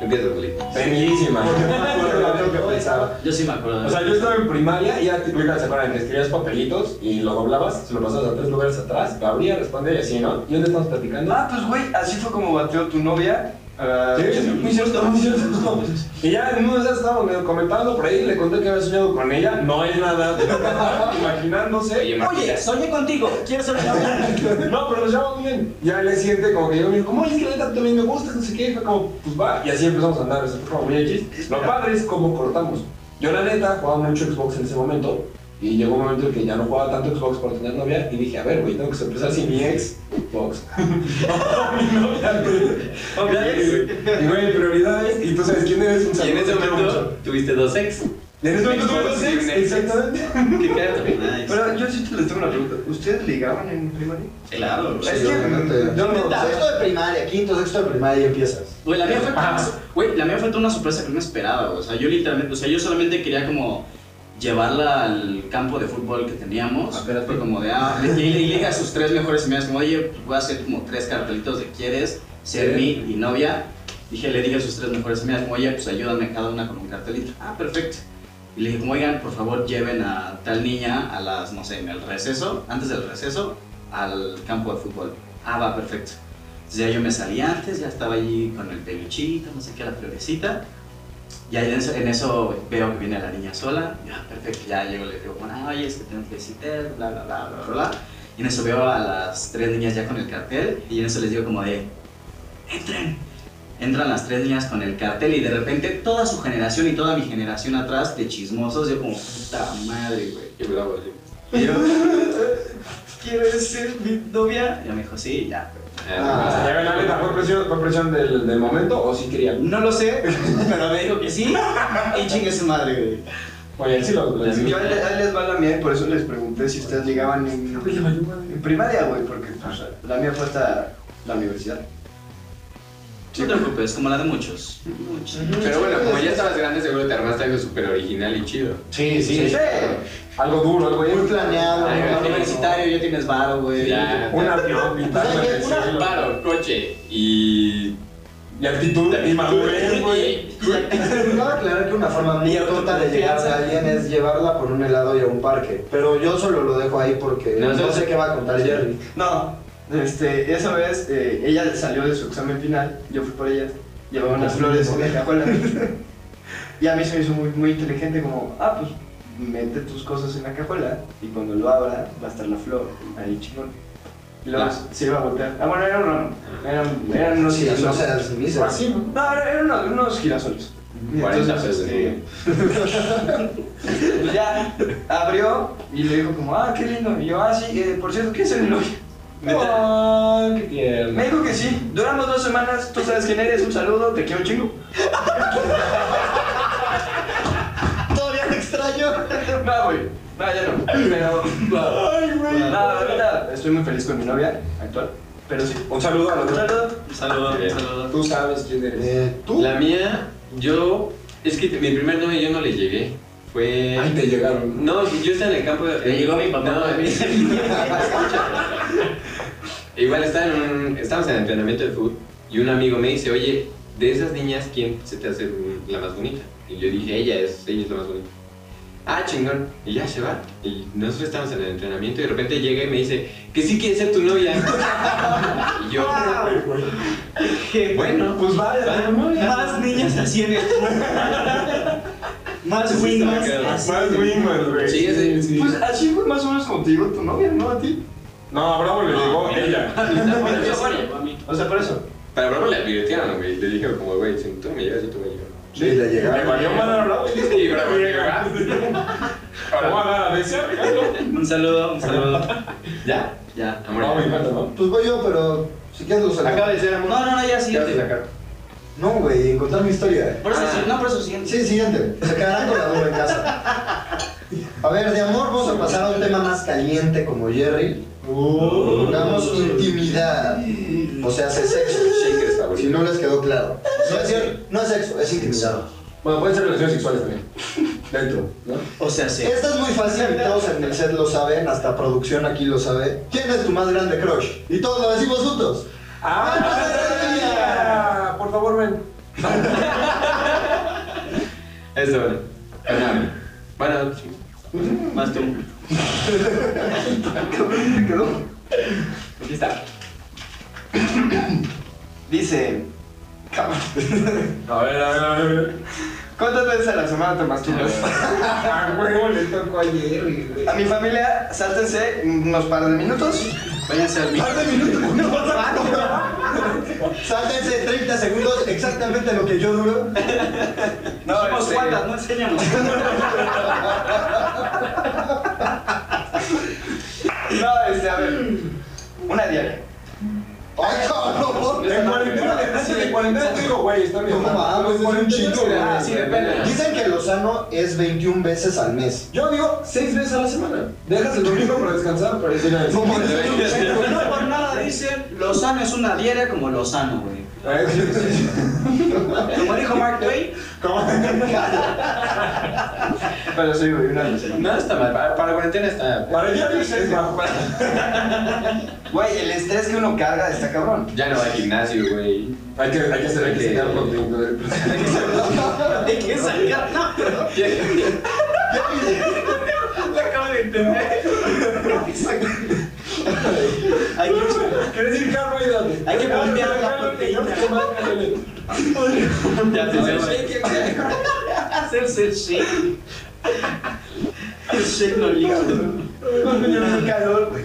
Speaker 1: Empieza, Julito.
Speaker 8: Bellísima.
Speaker 3: Porque no me acuerdo lo que pensaba.
Speaker 4: Yo sí me acuerdo. de
Speaker 8: O sea,
Speaker 4: eso.
Speaker 8: yo estaba en primaria y ya te ubicas, ¿se acuerdan? Escribías papelitos y lo doblabas, se lo pasabas a tres lugares atrás, lo abría, respondía y así, ¿no? Y un día estamos platicando.
Speaker 2: Ah, pues, güey, así fue como bateó tu novia. Ah,
Speaker 8: Sí, muy cierto, muy cierto. Y ya en uno de esas estábamos medio comentando por ahí, le conté que había soñado con ella. No es nada, imaginándose.
Speaker 1: Oye, Marta,
Speaker 4: Oye, soñé contigo. ¿Quieres ser mi novia?
Speaker 8: No, pero nos llevamos bien. Ya le siente como que yo me dijo, como, oye, es que la neta también me gusta, no sé qué. Fue como, pues va. Y así empezamos a andar, eso fue como muy X. Lo padre es cómo cortamos. Yo, la neta, jugaba mucho Xbox en ese momento. Y llegó un momento en que ya no jugaba tanto Xbox por tener novia. Y dije, a ver, güey, tengo que empezar sin mi Xbox. No, mi novia, güey. Ya, güey. Y, güey, prioridades. Y tú sabes quién eres un
Speaker 1: Y en ese
Speaker 8: saludo, te quiero
Speaker 1: momento
Speaker 8: mucho.
Speaker 1: tuviste dos ex.
Speaker 8: Y en ese momento tuve dos ex,
Speaker 1: Sí,
Speaker 8: exactamente.
Speaker 1: ¿Qué claro.
Speaker 2: Pero yo sí te les tengo una pregunta. ¿Ustedes ligaban en primaria?
Speaker 4: Claro, güey.
Speaker 2: Es que,
Speaker 3: Obviamente.
Speaker 2: yo no-
Speaker 3: Sexto de primaria, quinto, sexto de primaria y empiezas.
Speaker 4: Güey, la mía fue güey, la mía fue toda una sorpresa que no esperaba, güey. O sea, yo literalmente, o sea, yo solamente quería como llevarla al campo de fútbol que teníamos. Pero fue como de, ah, y le y le dije a sus tres mejores amigas, como, oye, pues voy a hacer como tres cartelitos de quieres ser mi, mi novia. Dije, le dije a sus tres mejores amigas, como, oye, pues ayúdame cada una con un cartelito. Ah, perfecto. Y le dije, como, oigan, por favor, lleven a tal niña a las, no sé, en el receso, antes del receso, al campo de fútbol. Ah, va, perfecto. Entonces ya yo me salí antes, ya estaba allí con el peluchito, no sé qué, la florecita. Y ahí en eso, en eso veo que viene la niña sola. Ya, perfecto, ya llego, le digo, bueno, oye, es que tengo que visitar, bla, bla, bla, bla, bla. Y en eso veo a las tres niñas ya con el cartel y en eso les digo como de, entren. Entran las tres niñas con el cartel y de repente toda su generación y toda mi generación atrás de chismosos, yo como, puta madre, güey.
Speaker 1: Y bravo, así.
Speaker 4: Y yo, ¿quieres ser mi novia? Y ella me dijo, sí, ya.
Speaker 1: Ah,
Speaker 8: Ya ven, la neta, ¿fue presión, fue presión del, del momento o sí querían?
Speaker 4: No lo sé, pero me dijo que sí. Y chingue su madre, güey.
Speaker 8: Oye, él sí lo, lo
Speaker 2: Yo ahí le- ahí les va la mía y por eso les pregunté si ustedes llegaban en,
Speaker 8: Ah, pues
Speaker 2: en primaria, güey, porque pues, la mía fue hasta la universidad.
Speaker 4: No te preocupes, como la de muchos. Muchos.
Speaker 1: Pero bueno, como ya estabas grande, seguro te armaste algo súper original y chido.
Speaker 8: Sí, sí,
Speaker 2: Sí.
Speaker 8: Algo duro, algo
Speaker 3: Muy planeado.
Speaker 1: Ay,
Speaker 3: muy
Speaker 1: no,
Speaker 4: Universitario, ya tienes varo, güey.
Speaker 1: Ya.
Speaker 8: Un avión pintado en el cielo.
Speaker 1: Paro, coche y.
Speaker 8: Y actitud y madurez, güey.
Speaker 3: Quiero aclarar que una forma muy tonta de llegar a alguien es llevarla por un helado y a un parque. Pero yo solo lo dejo ahí porque
Speaker 1: No,
Speaker 3: no,
Speaker 1: no.
Speaker 3: sé qué va a contar Jerry.
Speaker 2: No, este, esa vez eh, ella salió de su examen final, yo fui por ella, llevaba unas flores en la cajuela. y a mí se me hizo muy, muy inteligente, como, ah, pues mete tus cosas en la cajuela y cuando lo abra va a estar la flor ahí chingón. Y luego
Speaker 1: Ah.
Speaker 2: se iba a voltear. Ah, bueno, eran, ram- eran, eran unos
Speaker 3: Sí, no
Speaker 2: girasoles. Ah,
Speaker 3: seas misa.
Speaker 8: Así, ¿no?
Speaker 2: No, era- eran unos, unos girasoles.
Speaker 1: 40
Speaker 2: Entonces,
Speaker 1: pesos,
Speaker 2: este, pues ya abrió y le dijo como, ah, qué lindo. Y yo, ah, sí, eh, por cierto, ¿qué es el novio?
Speaker 8: Oh, qué tierno.
Speaker 2: Me dijo que sí, duramos dos semanas, tú sabes quién eres, un saludo, te quiero un chingo.
Speaker 3: Todavía te extraño.
Speaker 2: No, güey, no, ya no. Pero,
Speaker 8: Ay, güey.
Speaker 2: no, ahorita estoy muy feliz con mi novia actual. Pero sí.
Speaker 8: Un saludo a los
Speaker 2: Un
Speaker 8: dos.
Speaker 2: saludo.
Speaker 4: Un saludo, un saludo.
Speaker 8: Tú sabes quién eres.
Speaker 3: Eh, ¿Tú?
Speaker 1: La mía, yo. Es que mi primer novio yo no le llegué. Fue.
Speaker 8: Ahí te llegaron.
Speaker 1: No, yo estaba en el campo.
Speaker 4: Le llegó a mi papá.
Speaker 1: No, a mí- Igual estaba en un- estábamos en entrenamiento de fútbol y un amigo me dice, oye, de esas niñas, ¿quién se te hace la más bonita? Y yo dije, ella es, ella es la más bonita. Ah, chingón. Y ya se va. Y nosotros estábamos en el entrenamiento y de repente llega y me dice, que sí quiere ser tu novia. y yo,
Speaker 4: Qué
Speaker 1: bueno,
Speaker 8: Pues vaya,
Speaker 1: va,
Speaker 8: amor.
Speaker 4: Más niñas así en el Más
Speaker 1: Sí,
Speaker 4: wingmas
Speaker 1: sí,
Speaker 4: así.
Speaker 8: Más wingman, güey.
Speaker 1: Sí, sí,
Speaker 2: Pues así fue más o menos como te digo tu novia, ¿no? A ti.
Speaker 8: No, a Bravo le llegó
Speaker 1: No,
Speaker 8: ella.
Speaker 4: Bueno, yo sí, a mí.
Speaker 2: O sea, por eso.
Speaker 1: Para Bravo le advirtieron, güey. Le dijeron como, güey, si tú me llevas, yo te voy a llevar.
Speaker 3: Sí, le
Speaker 8: Le
Speaker 3: llegaron.
Speaker 8: valió mal a Bravo.
Speaker 1: Sí, Bravo,
Speaker 8: Llega. Bravo a la bestia, ¿no?
Speaker 4: Un saludo, un saludo.
Speaker 1: ¿Ya?
Speaker 4: Ya.
Speaker 1: Amor,
Speaker 8: Bravo me
Speaker 1: ya.
Speaker 8: encanta, ¿no?
Speaker 3: Pues voy yo, pero si quieres lo saco.
Speaker 1: Acaba de ser amor.
Speaker 4: No, no, no, ya
Speaker 1: Ya se
Speaker 4: siguiente.
Speaker 1: sacaron.
Speaker 3: No, güey, contar mi historia. eh.
Speaker 4: Por eso,
Speaker 1: Ah.
Speaker 4: no, por eso siguiente.
Speaker 3: Sí, siguiente. Se quedarán con la duda en casa. A ver, de amor vamos a pasar a un tema más caliente como Jerry. Pongamos intimidad. O sea, hace sexo.
Speaker 1: Shakers
Speaker 3: Si
Speaker 1: favorito.
Speaker 3: no les quedó claro. No es, cierto, no es sexo, es intimidad.
Speaker 8: Bueno, pueden ser relaciones sexuales también. Dentro, ¿no?
Speaker 4: O sea, sí.
Speaker 3: Esta es muy fácil, todos en el set lo saben, hasta producción aquí lo sabe. ¿Quién es tu más grande crush? Y todos lo decimos juntos.
Speaker 8: ¡Ah! Por favor, ven.
Speaker 1: Eso, bueno. Perdóname. Bueno, sí.
Speaker 4: Más tú.
Speaker 2: ¿Qué quedó?
Speaker 1: aquí está.
Speaker 2: Dice. Cabrón.
Speaker 8: A ver, a ver, a ver.
Speaker 2: ¿Cuántas veces a la semana te masturbas?
Speaker 1: Ah,
Speaker 8: A huevo le tocó a Jerry, güey.
Speaker 2: A mi familia, sáltense unos par de minutos.
Speaker 4: Váyanse al
Speaker 3: Par de minutos, no pasa nada. Sáltense 30 segundos, exactamente lo que yo duro.
Speaker 2: No,
Speaker 4: Somos
Speaker 2: este,
Speaker 4: guandas, no enseñamos.
Speaker 2: No, este, a ver. Una diaria.
Speaker 3: ¡Ay, cabrón!
Speaker 8: En cuarentena, sí, en cuarentena te digo, güey, está bien.
Speaker 3: ¿Cómo va? Pues es un chingo, güey.
Speaker 8: Ah, sí, depende.
Speaker 3: Dicen que lo sano es 21 veces al mes.
Speaker 8: Yo digo seis veces a la semana. Dejas el domingo para descansar, pero es una vez.
Speaker 3: ¿Cómo?
Speaker 4: No por nada dicen, lo sano es una diaria como lo sano, güey.
Speaker 8: A ver, sí, sí, sí.
Speaker 4: Como dijo Mark Twain,
Speaker 2: Pero sí, güey, una diaria.
Speaker 1: No está mal. Para, para cuarentena está.
Speaker 8: Para Jerry es bajo.
Speaker 2: Güey, el estrés que uno carga está cabrón.
Speaker 1: Ya no va al gimnasio, güey.
Speaker 8: Hay que, hay que hacer, hay que sacar contenido.
Speaker 4: hay que sacar. No, perdón. Lo acabo de entender. Hay que,
Speaker 8: ¿Quieres ir carbohidratos?
Speaker 4: hay que bombear la proteína.
Speaker 1: Ya
Speaker 8: la
Speaker 1: se se
Speaker 4: Hacerse el shake. El shake no líquido.
Speaker 2: calor, güey.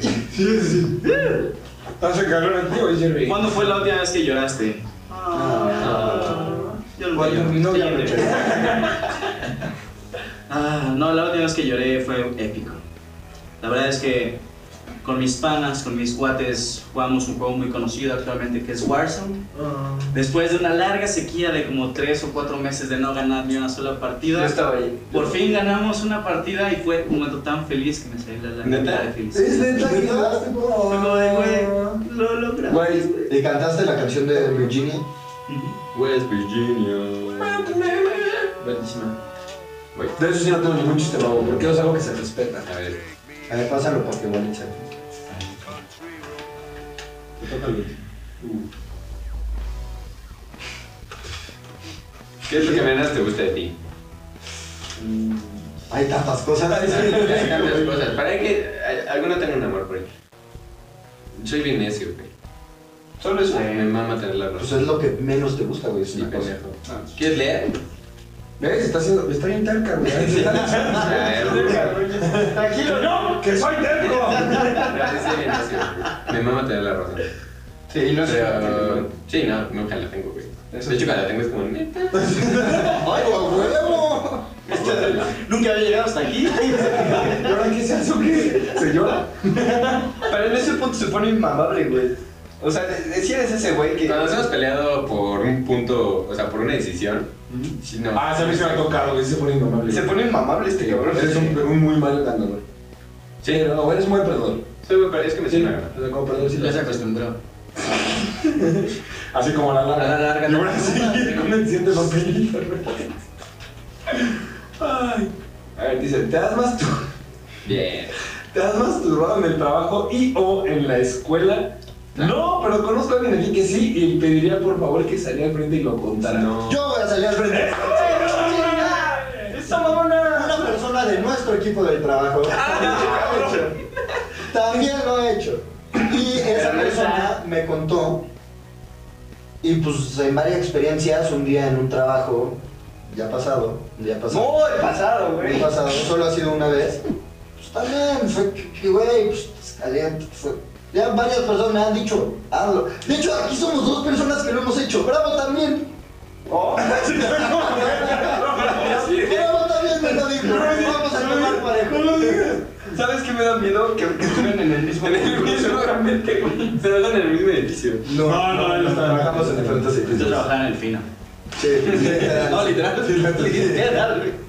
Speaker 8: Hace calor aquí, güey, Jerry.
Speaker 4: ¿Cuándo fue la última vez que lloraste? Ah, Yo no
Speaker 3: Ah, Cuando
Speaker 4: lloro.
Speaker 3: mi novia me
Speaker 4: Siguiente.
Speaker 3: pegó.
Speaker 4: Ah, no, la última vez que lloré fue épico. La verdad es que con mis panas, con mis cuates, jugamos un juego muy conocido actualmente que es Warzone. Después de una larga sequía de como 3 o 4 meses de no ganar ni una sola
Speaker 2: Yo
Speaker 4: partida,
Speaker 2: estaba ahí.
Speaker 4: por fin ganamos una partida y fue un momento tan feliz que me salió la lágrima
Speaker 1: ¿Neta?
Speaker 4: de
Speaker 3: ¿Es
Speaker 4: felicidad.
Speaker 3: neta que lloraste,
Speaker 4: Fue como de,
Speaker 3: güey?
Speaker 4: güey, lo logramos.
Speaker 8: Güey,
Speaker 3: ¿Y cantaste la canción de Virginia?
Speaker 4: Ujú.
Speaker 1: West Virginia.
Speaker 8: buenísima. Güey, De eso sí no tengo ningún chiste, babo, porque es algo que se respeta.
Speaker 1: A ver.
Speaker 3: A ver, pásalo porque igual se
Speaker 1: ¿Qué es lo que menos te gusta de ti?
Speaker 3: Hay tantas cosas.
Speaker 1: Hay tantas cosas. Para que a- alguno tenga un amor por él. Soy bien necio, güey.
Speaker 2: Solo eso.
Speaker 1: Me mama tener la
Speaker 3: Pues
Speaker 1: razón.
Speaker 3: es lo que menos te gusta, güey. Es
Speaker 1: Y
Speaker 3: una cosa.
Speaker 1: pendejo.
Speaker 8: Ah,
Speaker 1: ¿Quieres leer?
Speaker 8: ¿Ves? Está haciendo. Está bien terca, güey.
Speaker 1: A ver.
Speaker 2: Tranquilo, no.
Speaker 8: ¡Que soy terco!
Speaker 1: Soy bien necio, güey. Me mama tener la razón.
Speaker 2: Sí, no sé.
Speaker 1: Pero, sí, no, nunca la tengo, güey.
Speaker 2: Eso
Speaker 1: De hecho, cuando la tengo es como, neta.
Speaker 3: ¡Ay, a huevo!
Speaker 4: Nunca había llegado hasta aquí.
Speaker 8: ¿Llora qué se hace o qué? ¿Se llora?
Speaker 2: Pero en ese punto se pone inmamable, güey. O sea, de- de- si eres ese güey que.
Speaker 1: Cuando nos hemos peleado por un punto, o sea, por una decisión, sí, no.
Speaker 8: Ah, se me ha tocado, güey. Se pone inmamable.
Speaker 2: Se pone inmamable este cabrón.
Speaker 8: Eres un, un muy mal ganador.
Speaker 1: Sí,
Speaker 8: no, eres un buen perdedor.
Speaker 1: Soy muy- pero es que me
Speaker 8: Sí,
Speaker 1: siento una gana.
Speaker 8: como perdedor sí lo
Speaker 4: acostumbró.
Speaker 2: Así como la larga.
Speaker 1: A la larga,
Speaker 2: Y
Speaker 1: la
Speaker 2: ahora
Speaker 1: larga.
Speaker 2: sí, con el siguiente papelito. Ay. A ver, dice, ¿te has, mastur-
Speaker 1: Bien.
Speaker 2: ¿te has masturbado en el trabajo y o en la escuela? No, pero conozco a alguien aquí que sí y pediría por favor que saliera al frente y lo contara.
Speaker 1: No.
Speaker 3: Yo voy a salir al frente.
Speaker 2: ¡Esa mamona!
Speaker 3: Una persona de nuestro equipo del trabajo. Lo ha hecho. También lo ha hecho. Y esa persona me contó. Y pues en varias experiencias, un día en un trabajo, ya pasado, ya pasado.
Speaker 9: Muy pasado,
Speaker 3: Muy
Speaker 9: güey.
Speaker 3: pasado, solo ha sido una vez. Pues también, fue que, que, güey, pues es caliente. Fue. Ya varias personas me han dicho, hazlo. De hecho, aquí somos dos personas que lo hemos hecho. Bravo también.
Speaker 2: Oh.
Speaker 3: Bravo también me lo dijo. Vamos a tomar parejo.
Speaker 9: ¿Sabes qué me da miedo? Que, que estuvieran en el mismo
Speaker 1: Seguramente, güey. Se dan en el mismo edificio.
Speaker 3: No,
Speaker 2: No, no, no, no.
Speaker 3: trabajamos en diferentes
Speaker 4: Yo
Speaker 3: sitios.
Speaker 4: trabajaba en el fino.
Speaker 3: Sí, literal.
Speaker 1: No, literal. Literal, güey.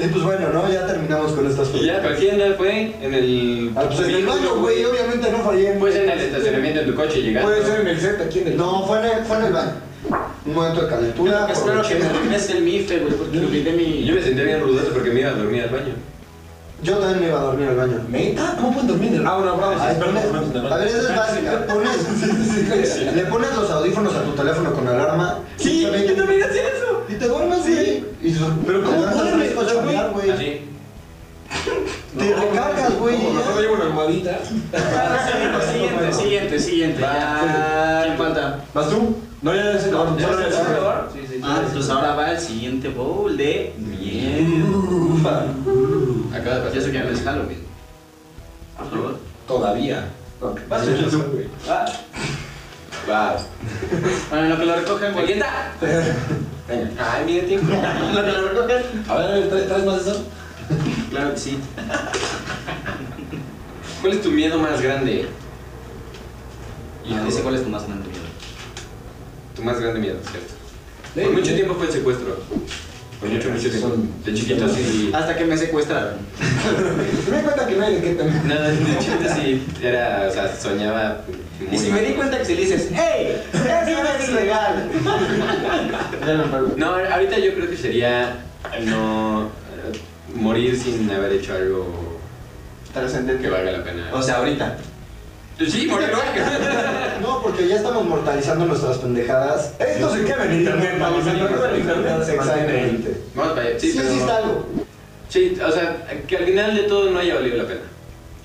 Speaker 3: Y pues bueno, ¿no? Ya terminamos con estas
Speaker 1: Y ya,
Speaker 3: cosas.
Speaker 1: pero ¿quién no fue? En el.
Speaker 3: Ah, pues en el baño, güey, Pues, obviamente no fallé. este,
Speaker 1: Pues en el estacionamiento en tu coche llegaste.
Speaker 2: Puede ser en el set aquí en el.
Speaker 3: No, fue en el, fue en el baño. Un momento de calentura.
Speaker 4: Yo espero que
Speaker 3: aproveché.
Speaker 4: me regreses el mife, güey, porque olvidé mi.
Speaker 1: Y yo me sentía bien rudoso porque me iba a dormir al baño.
Speaker 3: Yo también me iba a dormir al baño.
Speaker 2: ¿Meta? ¿Cómo pueden dormir en el.? Ah, bueno, bravo, sí,
Speaker 3: Ay,
Speaker 2: perdón,
Speaker 3: pones-
Speaker 2: perdón, perdón.
Speaker 3: a ver, esa es básica. Pones, Le pones los audífonos a tu teléfono con alarma. Sí, yo también hacía eso. Y te duermes, güey. Y te-
Speaker 2: Pero ¿cómo
Speaker 3: te levantas
Speaker 2: duermes?
Speaker 3: fresco a chambear, güey.
Speaker 1: Así.
Speaker 3: Te recargas, güey.
Speaker 2: Como mejor llevo una almohadita.
Speaker 4: Siguiente, siguiente, siguiente. Ya. ¿Quién falta?
Speaker 2: ¿Vas tú? No, ya ya se acabaron.
Speaker 1: ¿Ya
Speaker 2: Solo
Speaker 1: se
Speaker 2: ya se
Speaker 1: acabaron?
Speaker 2: acabaron.
Speaker 9: Sí, sí, sí.
Speaker 4: Ah, entonces ahora va el siguiente bowl de miel.
Speaker 1: Acaba de pasar.
Speaker 4: Ya sé que no es Halloween. Por favor.
Speaker 2: Todavía. No, que-
Speaker 1: Vas tú,
Speaker 2: ya
Speaker 1: tú,
Speaker 2: sé, güey.
Speaker 3: Ah.
Speaker 1: Vas.
Speaker 4: Bueno, en lo que lo recogen,
Speaker 1: Aquí
Speaker 4: güey.
Speaker 1: está.
Speaker 2: Venga.
Speaker 1: Ay, mira, tiempo.
Speaker 4: En lo que lo recogen.
Speaker 2: A ver, a ver, ¿traes traes más de eso?
Speaker 4: Claro que sí.
Speaker 1: ¿Cuál es tu miedo más grande?
Speaker 4: Y dice cuál es tu más grande miedo.
Speaker 1: Tu más grande miedo, ¿cierto?
Speaker 2: Sí.
Speaker 1: Por mucho tiempo fue el secuestro. Por mucho, mucho tiempo.
Speaker 2: Son-
Speaker 1: De chiquito sí.
Speaker 4: Hasta que me secuestraron.
Speaker 2: Me di cuenta que no hay de qué temer.
Speaker 1: No, de chiquito sí. Era, o sea, soñaba. muy
Speaker 4: Y si me di
Speaker 1: mal.
Speaker 4: cuenta que si le dices, ¡Ey! ¡Eso no es legal!
Speaker 2: Ya no me acuerdo.
Speaker 1: No, ahorita yo creo que sería no eh, morir sin haber hecho algo que
Speaker 9: Trascendente.
Speaker 1: valga la pena.
Speaker 4: O sea, ahorita.
Speaker 1: sí, morir no.
Speaker 3: No, porque ya estamos mortalizando nuestras pendejadas.
Speaker 2: Esto se queda en internet, vamos, en
Speaker 3: Mortalizando nuestras
Speaker 2: internet,
Speaker 3: pendejadas,
Speaker 2: se mantiene.
Speaker 3: Exactamente.
Speaker 1: Vamos para allá. Sí,
Speaker 3: Sí, sí,
Speaker 1: pero-
Speaker 3: está algo.
Speaker 1: sí, o sea, que al final de todo no haya valido la pena.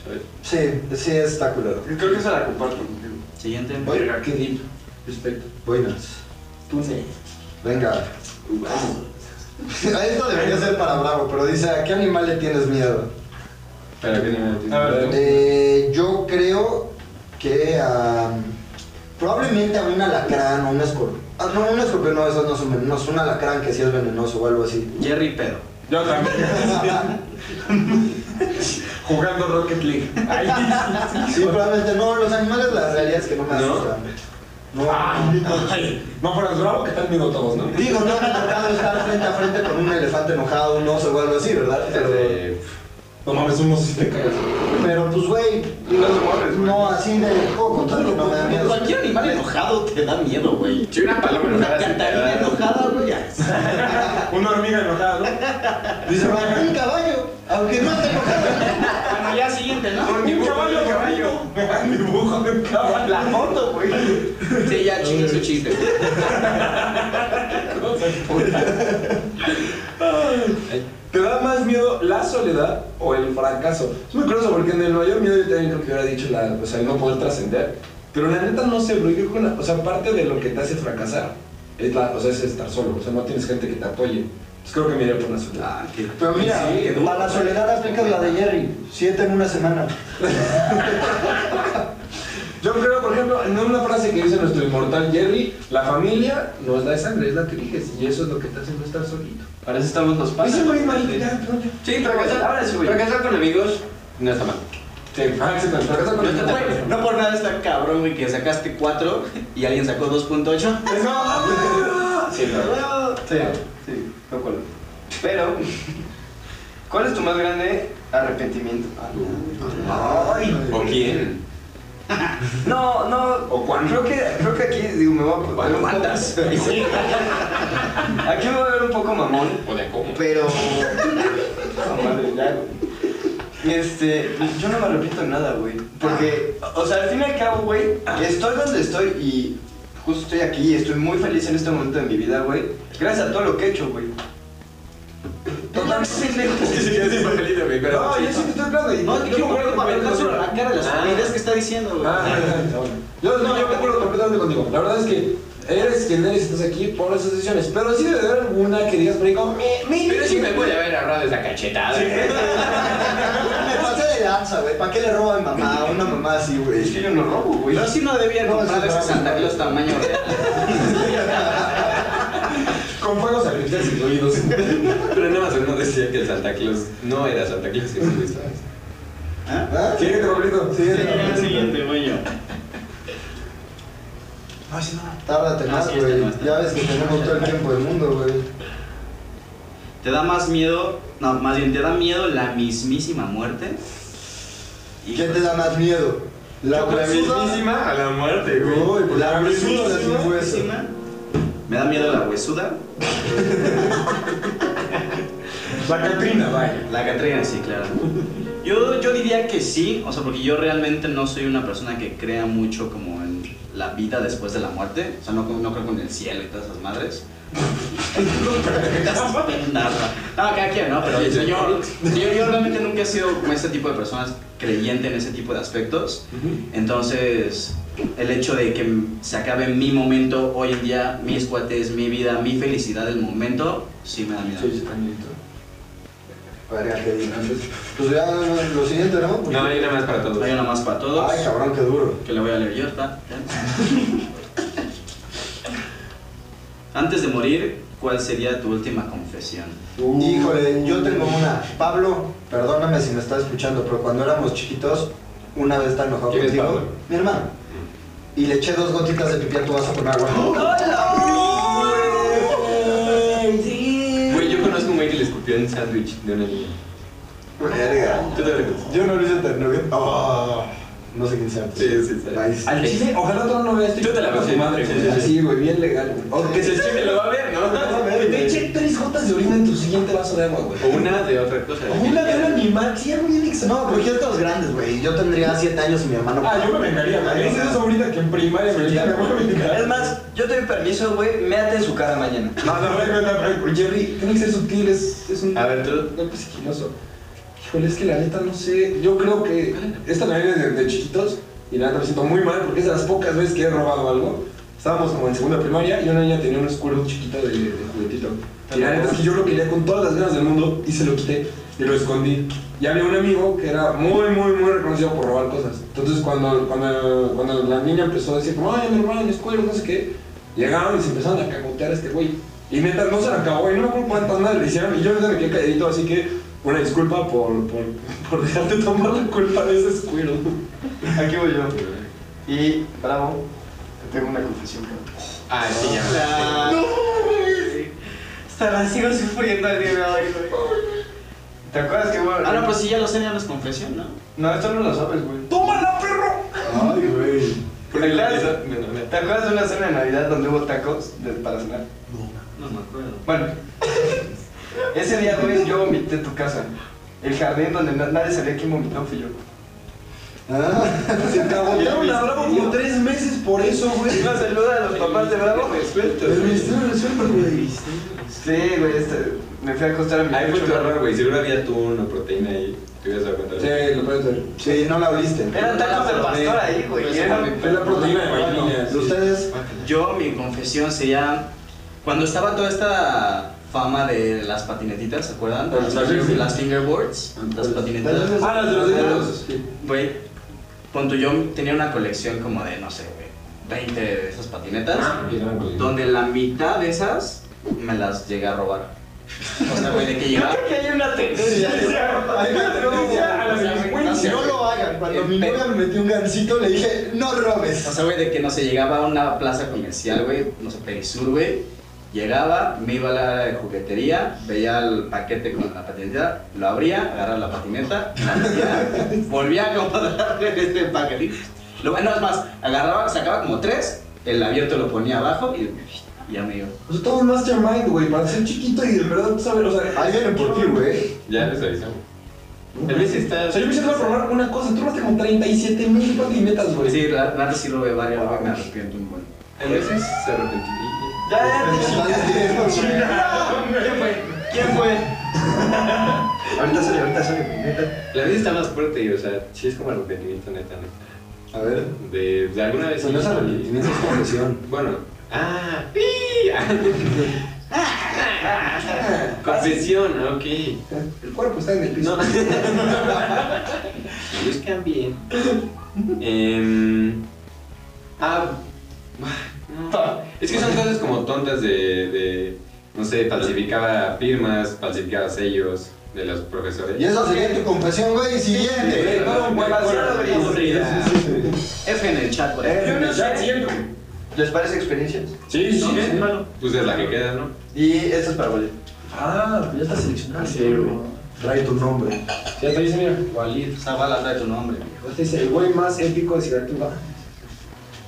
Speaker 1: ¿sabes?
Speaker 3: Sí, sí, está culero.
Speaker 9: Creo que se la comparto contigo.
Speaker 4: Siguiente.
Speaker 2: Oiga, qué deep. Respecto.
Speaker 3: Buenas.
Speaker 2: Tú sí.
Speaker 3: Venga. Esto debería ser para Bravo, pero dice, ¿a qué animal le tienes miedo?
Speaker 1: Pero que no
Speaker 2: A ver,
Speaker 3: Eh, yo creo que a... probablemente a un alacrán o un escorpión. Ah, no, un escorpión no, esos no son venenosos. Un alacrán que sí es venenoso o algo así.
Speaker 4: Jerry Pedo.
Speaker 2: Yo también. Jugando Rocket League. Ay,
Speaker 3: Sí, probablemente no, los animales la realidad es que no me
Speaker 1: ¿No?
Speaker 3: asustan. No.
Speaker 2: Ah, Ay. No fueras bravo, que están miedo todos, ¿no?
Speaker 3: Digo, no me ha tocado estar frente a frente con un elefante enojado, un oso o algo así, ¿verdad? Pero,
Speaker 1: Desde-
Speaker 2: No mames, uno sí te cagas.
Speaker 3: pero pues, güey, digo, no, así de poco, contar que no me da miedo.
Speaker 4: Cualquier animal enojado te da miedo, güey.
Speaker 1: Si una paloma
Speaker 4: Una
Speaker 1: enojada se te
Speaker 4: cantarina
Speaker 1: da-
Speaker 4: enojada, güey.
Speaker 2: Una hormiga enojada, ¿no?
Speaker 3: Dice, un caballo, aunque no esté enojado.
Speaker 4: Bueno, ya siguiente, ¿no?
Speaker 2: Un caballo,
Speaker 1: un
Speaker 2: caballo. Un dibujo de un caballo.
Speaker 9: La foto, güey.
Speaker 4: Sí, ya chingue su chiste.
Speaker 2: ¿Te da más miedo la soledad o el fracaso? Es muy curioso porque en el mayor miedo yo también creo que hubiera dicho la, o sea, el no poder trascender. Pero la neta no sé, bro. Yo creo que una- o sea, parte de lo que te hace fracasar es, la, o sea, es estar solo. O sea, no tienes gente que te apoye. Pues creo que me iría por la soledad.
Speaker 4: Ah, qué-
Speaker 3: Pero mira,
Speaker 4: Sí, qué duro.
Speaker 3: para la soledad aplicas la de Jerry, siete en una semana.
Speaker 2: Yo creo, por ejemplo, en una frase que dice nuestro inmortal Jerry, la familia no es la de sangre, es la que eliges. Y eso es lo que te hace no estar solito.
Speaker 4: Para eso estamos los panas.
Speaker 2: Ese güey, mal, ya, perdón, ya.
Speaker 1: Sí, fracasar,
Speaker 4: Ábrese, güey.
Speaker 1: fracasar con amigos no está mal.
Speaker 2: Sí, ah, sí, pero fracasa con el
Speaker 4: No, está tan- no por nada está cabrón, güey, que sacaste 4 y alguien sacó 2.8.
Speaker 2: No. Sí, no.
Speaker 9: Sí, sí, no cual. Pero,
Speaker 2: Ah,
Speaker 9: ¿cuál es tu más grande arrepentimiento?
Speaker 1: ¿O quién?
Speaker 2: No, no.
Speaker 8: ¿O cuándo?
Speaker 2: Creo que, creo que aquí, digo, me voy a
Speaker 8: ¿Cuándo mandas?
Speaker 2: Aquí me voy a ver un poco mamón,
Speaker 1: O de cómo.
Speaker 2: pero. Ah,
Speaker 8: Esa madre, ya, güey.
Speaker 2: Este, yo no me arrepiento de nada, güey. Porque, o sea, al fin y al cabo, güey, estoy donde estoy y justo estoy aquí y estoy muy feliz en este momento de mi vida, güey. Gracias a todo lo que he hecho, güey. Totalmente pendejo.
Speaker 1: Es que sí, yo soy papelito, güey, pero.
Speaker 8: No, yo sí te estoy hablando. y-
Speaker 4: No, yo me acuerdo
Speaker 8: completamente
Speaker 4: completamente la
Speaker 8: contigo.
Speaker 4: cara de las
Speaker 1: Ah.
Speaker 4: familias que está diciendo, güey.
Speaker 8: Ah, ah, bueno. Yo no, yo me acuerdo completamente contigo. La verdad es que eres quien eres, estás aquí por esas decisiones. Pero sí debe haber alguna que digas, marico, me, me.
Speaker 1: Pero sí me voy a haber ahorrado esa cachetada.
Speaker 3: Me pasé de lanza, güey. ¿Para qué le roba a mi mamá? A una mamá así,
Speaker 2: Es que
Speaker 3: güey.
Speaker 2: yo no robo, güey.
Speaker 4: Yo sí no debía
Speaker 3: No,
Speaker 4: comprar
Speaker 3: sí,
Speaker 4: ese
Speaker 3: no,
Speaker 4: Santa
Speaker 3: no.
Speaker 4: Claus tamaño real.
Speaker 8: Con fuegos artificiales incluidos.
Speaker 1: Pero nada más uno decía que el Santa Claus no era Santa Claus Jesucristo.
Speaker 3: ¿Ah?
Speaker 8: Siguiente, Pablito.
Speaker 3: Siguiente.
Speaker 4: siguiente, güey.
Speaker 3: No, Ah, sí, no. Tárdate
Speaker 4: No,
Speaker 3: más,
Speaker 4: sí,
Speaker 3: güey.
Speaker 4: está, no, está.
Speaker 3: ya ves que tenemos todo el tiempo del mundo, güey.
Speaker 4: ¿Te da más miedo? No, más bien, ¿te da miedo la mismísima muerte? Y
Speaker 3: ¿Qué te da más miedo? La huesuda.
Speaker 1: a la muerte,
Speaker 3: Uy, pues, La huesuda de
Speaker 4: mismísima,
Speaker 3: sin hueso.
Speaker 4: mismísima? Me da miedo la huesuda.
Speaker 3: Pues
Speaker 8: La Catrina, vaya.
Speaker 4: La Catrina, sí, claro. Yo, yo diría que sí, o sea, porque yo realmente no soy una persona que crea mucho como en la vida después de la muerte. O sea, no, no creo con el cielo y todas esas madres. no, cada quien, ¿no? Pero o sea, yo, yo, yo realmente nunca he sido como ese tipo de personas creyente en ese tipo de aspectos. Entonces, el hecho de que se acabe mi momento hoy en día, mis cuates, mi vida, mi felicidad del momento, sí me da miedo.
Speaker 8: Sí, sí, Pablito.
Speaker 3: Verga, qué bien. Pues ya, lo siguiente, ¿no? Porque-
Speaker 1: No, hay nada más para todos.
Speaker 4: Hay una más para todos.
Speaker 3: Ay, cabrón, qué duro.
Speaker 4: que la voy a leer yo, ¿está? Antes de morir, ¿cuál sería tu última confesión?
Speaker 3: Híjole, yo tengo una. Pablo, perdóname si me estás escuchando, pero cuando éramos chiquitos, una vez estaba enojado
Speaker 1: ¿Quién es
Speaker 3: contigo,
Speaker 1: Pablo?
Speaker 3: mi hermano, y le eché dos gotitas de pipi a tu vaso con agua.
Speaker 1: Güey, yo conozco un güey que le escupió un sándwich de una niña.
Speaker 3: Verga.
Speaker 1: ¿Tú te acuerdas?
Speaker 3: Yo no lo hice tan novio. Oh, no sé quién sea. pues,
Speaker 1: Sí, sí, sí.
Speaker 3: Nice.
Speaker 8: Al chile, ojalá tú no veas esto.
Speaker 1: Yo te la
Speaker 8: Con
Speaker 1: veo,
Speaker 8: tu
Speaker 1: sí,
Speaker 8: madre.
Speaker 1: sí,
Speaker 8: güey.
Speaker 1: sí, sí.
Speaker 8: Así, güey, bien legal. güey.
Speaker 1: O que se escupe lo va a ver, ¿no?
Speaker 2: Ah,
Speaker 8: Que Te eché tres gotas de orina en tu siguiente vaso de agua, güey.
Speaker 1: O una de otra cosa.
Speaker 8: O una de un animal, sí, algo bien extraño.
Speaker 3: No, porque yo estaba grandes, güey. Yo tendría 7 años y mi hermano.
Speaker 8: Ah, yo me vengaría, güey. Esa es la sobrina que en primaria me vengaría. me voy a vengar.
Speaker 2: Es más, yo te doy permiso, güey, méate en su cara mañana.
Speaker 8: No, no, no, no, no, Jerry, tiene que ser sutil, es, es un
Speaker 1: A ver, tú.
Speaker 8: golpe sigiloso. Híjole, es que la neta no sé, yo creo que esta la viene de, de chiquitos y la neta me siento muy mal porque es de las pocas veces que he robado algo. Estábamos como en segunda primaria y una niña tenía un escudo chiquito de, de juguetito. Y la neta es que yo lo quería con todas las ganas del mundo y se lo quité y lo escondí. Y había un amigo que era muy, muy, muy reconocido por robar cosas. Entonces cuando, cuando, cuando la niña empezó a decir, como, ay, mi hermano, mi escudo, no sé qué, llegaron y se empezaron a cagotear a este güey. Y neta, no se la acabó y no me acuerdo cuántas más le hicieron. Y yo neta me quedé calladito, así que una disculpa por, por, por dejarte tomar la culpa de ese escuero.
Speaker 2: Aquí voy yo. Y, bravo, te tengo una confesión, cabrón.
Speaker 1: Ah, sí, ya.
Speaker 4: Hasta la sigo sufriendo el día de hoy,
Speaker 2: ¿Te acuerdas que, güey?
Speaker 4: Ah, no, pues si ya lo sé, ya no es confesión, ¿no?
Speaker 2: No, esto no lo sabes, güey.
Speaker 8: ¡Tómala, perro!
Speaker 3: Ay, güey.
Speaker 1: Porque la pieza- bueno, me-
Speaker 2: ¿Te acuerdas de una cena de Navidad donde hubo tacos de- para cenar?
Speaker 4: No me acuerdo.
Speaker 2: Bueno, ese día, güey, yo vomité en tu casa. El jardín donde na- nadie sabía quién vomitó fui yo.
Speaker 3: Ah, se
Speaker 8: Cagotearon
Speaker 3: acabó.
Speaker 8: a Bravo como tres meses por eso, güey.
Speaker 2: Una saluda a los papás de Bravo.
Speaker 1: Resueltos,
Speaker 3: El
Speaker 1: güey.
Speaker 3: misterio resuelto, güey.
Speaker 2: Sí, güey, este, me fui a acostar a mi
Speaker 1: Ahí fue tu
Speaker 2: pecho.
Speaker 1: error, güey. Seguro había atún o proteína ahí. Te hubieras dado cuenta.
Speaker 8: Sí, lo puedes ver.
Speaker 3: Sí, no la oliste.
Speaker 2: Eran tacos del pastor ahí, güey. ¿eh? y eran-
Speaker 8: Es la proteína de vainilla. sí.
Speaker 3: Ustedes.
Speaker 4: Yo, mi confesión sería. Cuando estaba toda esta fama de las patinetitas, ¿se acuerdan?
Speaker 8: Las fingerboards.
Speaker 4: Las fingerboards, las patinetas.
Speaker 3: Las-
Speaker 8: Ah, las de los dedos. Sí.
Speaker 4: Güey, punto, yo tenía una colección como de, no sé, güey, 20 de esas patinetas,
Speaker 8: Ah,
Speaker 4: donde la mitad de esas me las llegué a robar. O sea, güey, de que llegaba.
Speaker 2: Creo que hay una tendencia.
Speaker 3: Ay, no,
Speaker 8: A la delincuencia.
Speaker 3: No lo hagan. Cuando mi novia me metió un gancito, le dije, no robes.
Speaker 4: O sea, güey, de que no se llegaba a una plaza comercial, güey, no sé, Perisur, güey. Llegaba, me iba a la área de juguetería, veía el paquete con la patineta, lo abría, agarraba la patineta, la metía, volvía a comprar este paquetito Lo, no, es más, agarraba, sacaba como tres, el abierto lo ponía abajo y, y ya me iba.
Speaker 8: O sea, todo es mastermind, güey, para ser chiquito y de verdad saber, o sea...
Speaker 3: Ahí viene por ti, güey.
Speaker 1: Ya les avisamos. El Messi está.
Speaker 8: O sea, yo me hice formar una cosa, tú más como 37 mil patinetas, güey.
Speaker 4: Sí, la verdad sí lo veo varias veces, me arrepiento un buen.
Speaker 1: El Messi se arrepentiría.
Speaker 2: Pues, ¿Quién fue? ¿Quién fue?
Speaker 3: Ahorita sale, ahorita sale, güey, neta.
Speaker 1: La vida está más fuerte, o sea, sí es como arrepentimiento, neta, neta.
Speaker 3: A ver.
Speaker 1: De, de alguna vez.
Speaker 3: Eso Pues no es arrepentimiento, es confesión.
Speaker 1: Bueno. Ah, pi. Confesión, ah, ok.
Speaker 8: El cuerpo está en el piso.
Speaker 1: No. Ellos cambié. Em, ah, no. Es que son cosas como tontas de, de, no sé, falsificaba firmas, falsificaba sellos de los profesores.
Speaker 3: Y esa sería tu confesión, güey. Siguiente.
Speaker 4: F en el chat, por ejemplo.
Speaker 8: Ya, siguiente.
Speaker 2: ¿Les parece experiencias?
Speaker 8: Sí, sí,
Speaker 4: ¿No?
Speaker 8: sí.
Speaker 4: ¿Qué? Bueno.
Speaker 1: Pues es la que queda, ¿no?
Speaker 2: Y esto es para Bolívar.
Speaker 8: Ah, pues ya está seleccionado.
Speaker 3: Sí, güey. Trae tu nombre.
Speaker 8: Ya te dice, mira.
Speaker 4: Walid, esa bala trae tu nombre. viejo.
Speaker 8: Este es el güey más épico de Ciudad Tuba.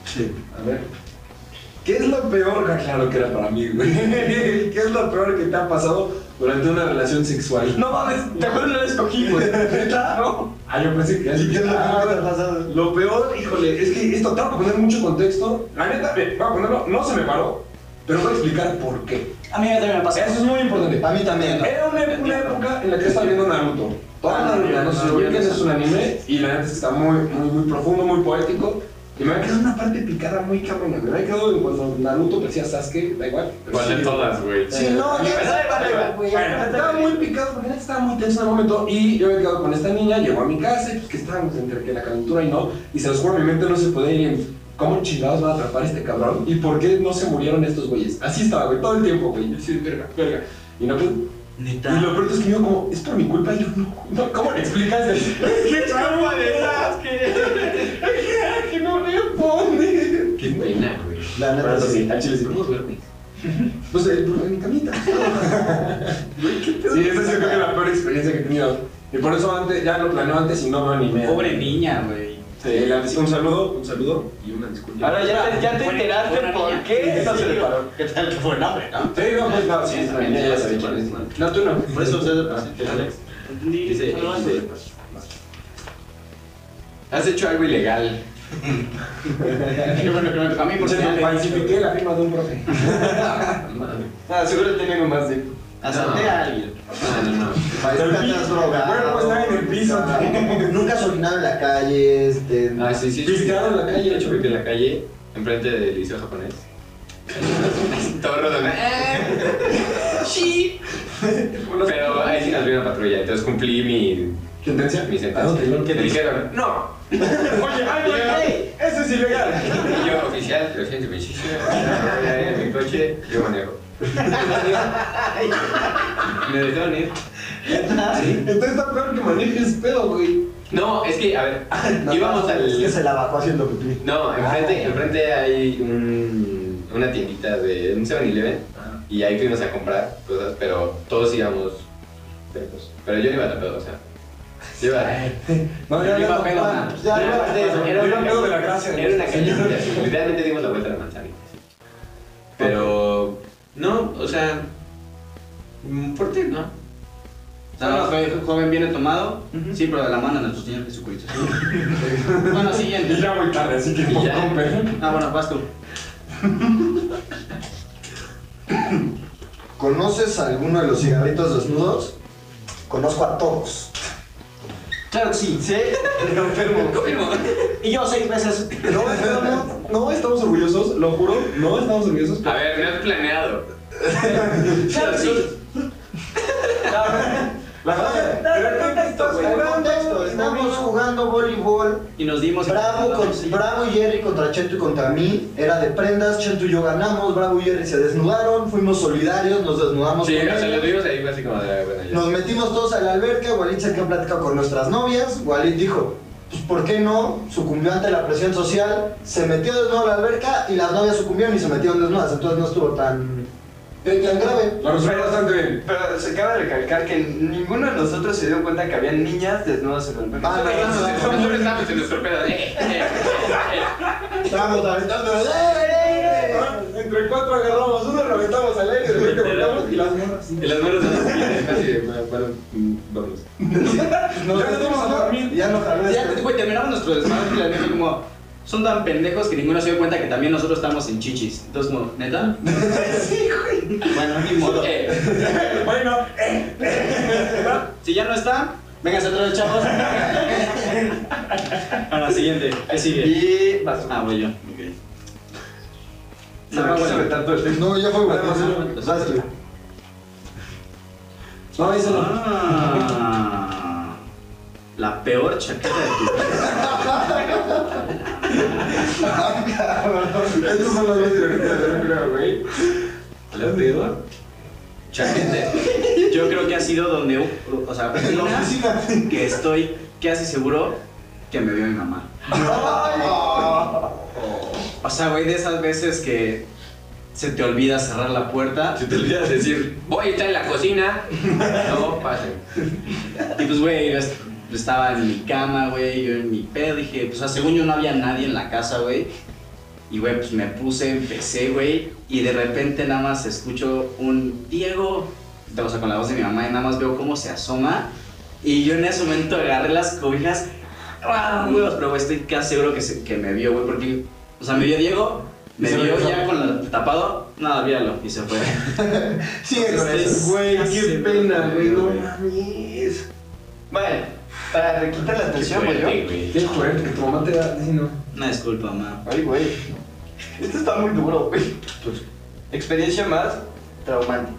Speaker 3: Sí.
Speaker 8: A ver. ¿Qué es lo peor? Ah, claro que era para mí, güey. ¿Qué es lo peor que te ha pasado durante una relación sexual?
Speaker 2: No mames, te acuerdas no la escogí, güey. Claro. Ah,
Speaker 8: Ah, yo pensé que así
Speaker 3: ¿Y qué es lo peor que te ha Ah, pasado?
Speaker 8: Lo peor, híjole, es que esto tengo que poner mucho contexto. La neta, ve, voy a ponerlo, no se me paró, pero voy a explicar por qué.
Speaker 4: A mí ya también me pasó.
Speaker 8: Eso es muy importante.
Speaker 3: A mí también.
Speaker 8: Era una, una época en la que estaba viendo Naruto. Toda
Speaker 4: Ah,
Speaker 8: Naruto,
Speaker 4: ya,
Speaker 8: no sé si
Speaker 4: no,
Speaker 8: lo
Speaker 4: ya
Speaker 8: ubican,
Speaker 4: no
Speaker 8: es un
Speaker 4: sé.
Speaker 8: anime y la neta es que está muy, muy, muy profundo, muy poético. Y me había quedado una parte picada muy cabrona. Me había quedado en cuando Naruto parecía Sasuke, da igual. pero
Speaker 1: ¿Cuál de
Speaker 8: sí.
Speaker 1: todas, güey?
Speaker 3: Sí, no, ya
Speaker 8: Pero
Speaker 3: está
Speaker 8: ahí va, ahí va.
Speaker 3: para, güey.
Speaker 8: Bueno, estaba muy picado porque neta estaba muy tenso en el momento y yo me he quedado con esta niña, llegó a mi casa y pues que estábamos entre que la calentura y no, y se los juro, mi mente no se podía ir en cómo chingados van a atrapar a este cabrón y por qué no se murieron estos güeyes. Así estaba, güey, todo el tiempo, güey, yo así, verga, verga. Y no, pues, y
Speaker 4: Neta.
Speaker 8: lo peor es que yo como, es por mi culpa, y yo no, no, ¿cómo le explicas? Es que es culpa de que no responde.
Speaker 1: Qué pena, güey.
Speaker 3: La neta, sí.
Speaker 8: al chile sí.
Speaker 1: ¿Cómo duermes?
Speaker 8: No sé, en mi camita. sí, esa es yo creo que la peor experiencia que he tenido. Y por eso antes, ya lo planeo antes y no veo ni medio.
Speaker 4: Pobre niña, güey.
Speaker 8: Sí, la- sí, un saludo, un saludo y una disculpa.
Speaker 2: Ahora ya te, ya te
Speaker 4: Buena-
Speaker 2: enteraste
Speaker 4: buena
Speaker 2: por
Speaker 4: niña.
Speaker 2: qué
Speaker 8: Sí,
Speaker 2: no
Speaker 8: sí,
Speaker 2: se le
Speaker 8: sí.
Speaker 2: paró.
Speaker 4: ¿Qué tal que fue el nombre, no?
Speaker 8: Sí, no, pues no, sí, también ya, ya sabía quién es. No, tú no.
Speaker 4: Por eso ustedes
Speaker 1: Alex.
Speaker 4: Dice,
Speaker 8: Ah,
Speaker 1: Dice, dice, ¿Has hecho algo ilegal?
Speaker 4: Qué bueno que no- A mí por
Speaker 8: Sí,
Speaker 4: ser
Speaker 8: Falsifiqué la firma de un profe.
Speaker 2: Ah, seguro tiene algo más de.
Speaker 4: Asalté a alguien.
Speaker 1: No, no, no.
Speaker 3: Nunca te has drogado.
Speaker 8: Bueno, pues, estaba en el piso.
Speaker 3: Nunca has orinado en la calle. Este,
Speaker 1: Ah, sí, sí.
Speaker 8: Pisteado en la calle.
Speaker 1: He hecho pipí en la calle, enfrente del liceo japonés. Todo roto. Sí. Pero ahí sí nos vio una patrulla, entonces cumplí mi,
Speaker 8: ¿Sentencia?
Speaker 1: mi
Speaker 8: ¿A dónde
Speaker 1: sentencia.
Speaker 8: iban?
Speaker 1: Que me dijeron, no.
Speaker 8: Oye, ay, güey, ey, eso es ilegal.
Speaker 1: Y yo, oficial, lo siento muchísimo. En mi coche, yo manejo. Me dejaron ir.
Speaker 8: Entonces está peor que manejes pedo, güey.
Speaker 1: No, es que, a ver, íbamos al.
Speaker 3: Es que se la bajó haciendo pipí.
Speaker 1: No,
Speaker 8: Ah,
Speaker 1: enfrente, enfrente hay un- una tiendita de un 7-Eleven
Speaker 8: Ah.
Speaker 1: y ahí fuimos a comprar cosas, pero todos íbamos pedos. Pero yo no iba tan pedo, o sea. Yo iba.
Speaker 8: No, ya
Speaker 4: Yo iba
Speaker 8: no,
Speaker 4: pedo,
Speaker 8: no.
Speaker 4: man.
Speaker 3: Ya,
Speaker 1: Era-
Speaker 3: ya, ya.
Speaker 1: era una-
Speaker 8: Yo creo de la gracia de
Speaker 1: Era una
Speaker 8: nuestro Señor.
Speaker 1: cañita, así, literalmente dimos la vuelta a la manzanita. Pero. No, o sea. mm, Fuerte, ¿no?
Speaker 4: O sea, no, fue joven viene tomado, siempre de la mano de nuestro Señor Jesucristo. bueno,
Speaker 8: Y
Speaker 4: siguiente.
Speaker 8: ya voy tarde, así que
Speaker 1: Y
Speaker 8: poco
Speaker 1: ya.
Speaker 8: perdón.
Speaker 4: Ah, bueno, vas tú.
Speaker 3: ¿Conoces a alguno de los cigarritos desnudos? Conozco a todos.
Speaker 4: Claro que sí.
Speaker 2: Sí, pero enfermo.
Speaker 4: Y yo seis veces.
Speaker 8: No, no, no, no estamos orgullosos, lo juro, no estamos orgullosos.
Speaker 1: A ver, no es planeado.
Speaker 4: Claro que sí.
Speaker 8: La
Speaker 3: Pero contexto,
Speaker 8: güey.
Speaker 3: contexto. Estamos jugando voleibol.
Speaker 4: Y nos dimos.
Speaker 3: Bravo, con- Bravo y Jerry contra Chentu y contra mí. Era de prendas. Chentu y yo ganamos. Bravo y Jerry se desnudaron. Fuimos solidarios. Nos desnudamos.
Speaker 1: Sí,
Speaker 3: con
Speaker 1: o sea,
Speaker 3: ellos.
Speaker 1: lo vimos ahí, fue así como de. Bueno, ya.
Speaker 3: Nos metimos todos a la alberca, Walid se quedó platicando con nuestras novias, Walid dijo, pues ¿por qué no? Sucumbió ante la presión social, se metió desnudo a la alberca y las novias sucumbieron y se metieron desnudas, entonces no estuvo tan, es tan grave.
Speaker 8: La resolvió bastante bien.
Speaker 2: Pero se acaba de recalcar que ninguno de nosotros se dio cuenta que había niñas desnudas en el baño.
Speaker 3: Ah,
Speaker 1: Estamos-
Speaker 3: no, no,
Speaker 1: Estamos puros lados en nuestro pedo. Eh, eh.
Speaker 3: Estamos aventando. ¡Eh!
Speaker 8: Entre cuatro agarramos uno, lo aventamos al aire, después lo volteamos y las morras.
Speaker 1: Y las manos de las esquinas, así de, bueno, mm, vámonos.
Speaker 3: Nos
Speaker 8: Ya nos vamos a dormir.
Speaker 3: Ya nos jaló
Speaker 4: Ya,
Speaker 3: este.
Speaker 4: güey, terminamos nuestro desmadre y la neta como... Son tan pendejos que ninguno se dio cuenta que también nosotros estamos en chichis. Entonces, como, ¿neta? sí, güey. Bueno, ni modo. Eh,
Speaker 8: Bueno,
Speaker 4: si ya no está, vénganse atrás, chavos. Ahora, siguiente. ¿Qué sigue?
Speaker 2: Y vas.
Speaker 4: Ah, voy yo.
Speaker 2: Se me quiso vetar todo el texto.
Speaker 3: No, ya fue bueno.
Speaker 8: Además,
Speaker 3: Vas tú.
Speaker 8: no, eso no.
Speaker 4: Ah, la peor chaqueta de tu vida.
Speaker 8: Estas son las más divertidas de la película, güey.
Speaker 1: ¿Le has leído? Chaquete.
Speaker 4: Yo creo que ha sido donde, o sea,
Speaker 3: En la
Speaker 4: una
Speaker 3: oficina.
Speaker 4: que estoy casi seguro que me vio mi mamá. O sea, güey, de esas veces que se te olvida cerrar la puerta.
Speaker 1: Si te olvidas decir, voy a estar en la cocina, no pasen.
Speaker 4: Y pues, güey, yo est- estaba en mi cama, güey, yo en mi pedo, dije, pues, o sea, según yo no había nadie en la casa, güey. Y, güey, pues me puse, empecé, güey, y de repente nada más escucho un Diego, o sea, con la voz de mi mamá, y nada más veo cómo se asoma. Y yo en ese momento agarré las cobijas, ¡ah, huevos! Pero, güey, estoy casi seguro que, se- que me vio, güey, porque, o sea, me vio Diego, me
Speaker 8: Y se
Speaker 4: vio
Speaker 8: regresó.
Speaker 4: ya con el tapado, nada, olvídalo, y se fue.
Speaker 3: Sigue con eso.
Speaker 8: Ah,
Speaker 2: Güey,
Speaker 4: Ya
Speaker 2: qué
Speaker 4: sé,
Speaker 2: pena, güey,
Speaker 4: güey,
Speaker 2: no
Speaker 4: güey.
Speaker 2: mames. Bueno, para quitar la atención,
Speaker 1: Qué
Speaker 2: güey, yo.
Speaker 1: fuerte, güey.
Speaker 8: Qué fuerte, que tu mamá te da. Sí, no.
Speaker 4: Una disculpa, mamá.
Speaker 2: Ay, güey. Esto está muy duro, güey.
Speaker 8: Pues.
Speaker 2: Experiencia más traumante.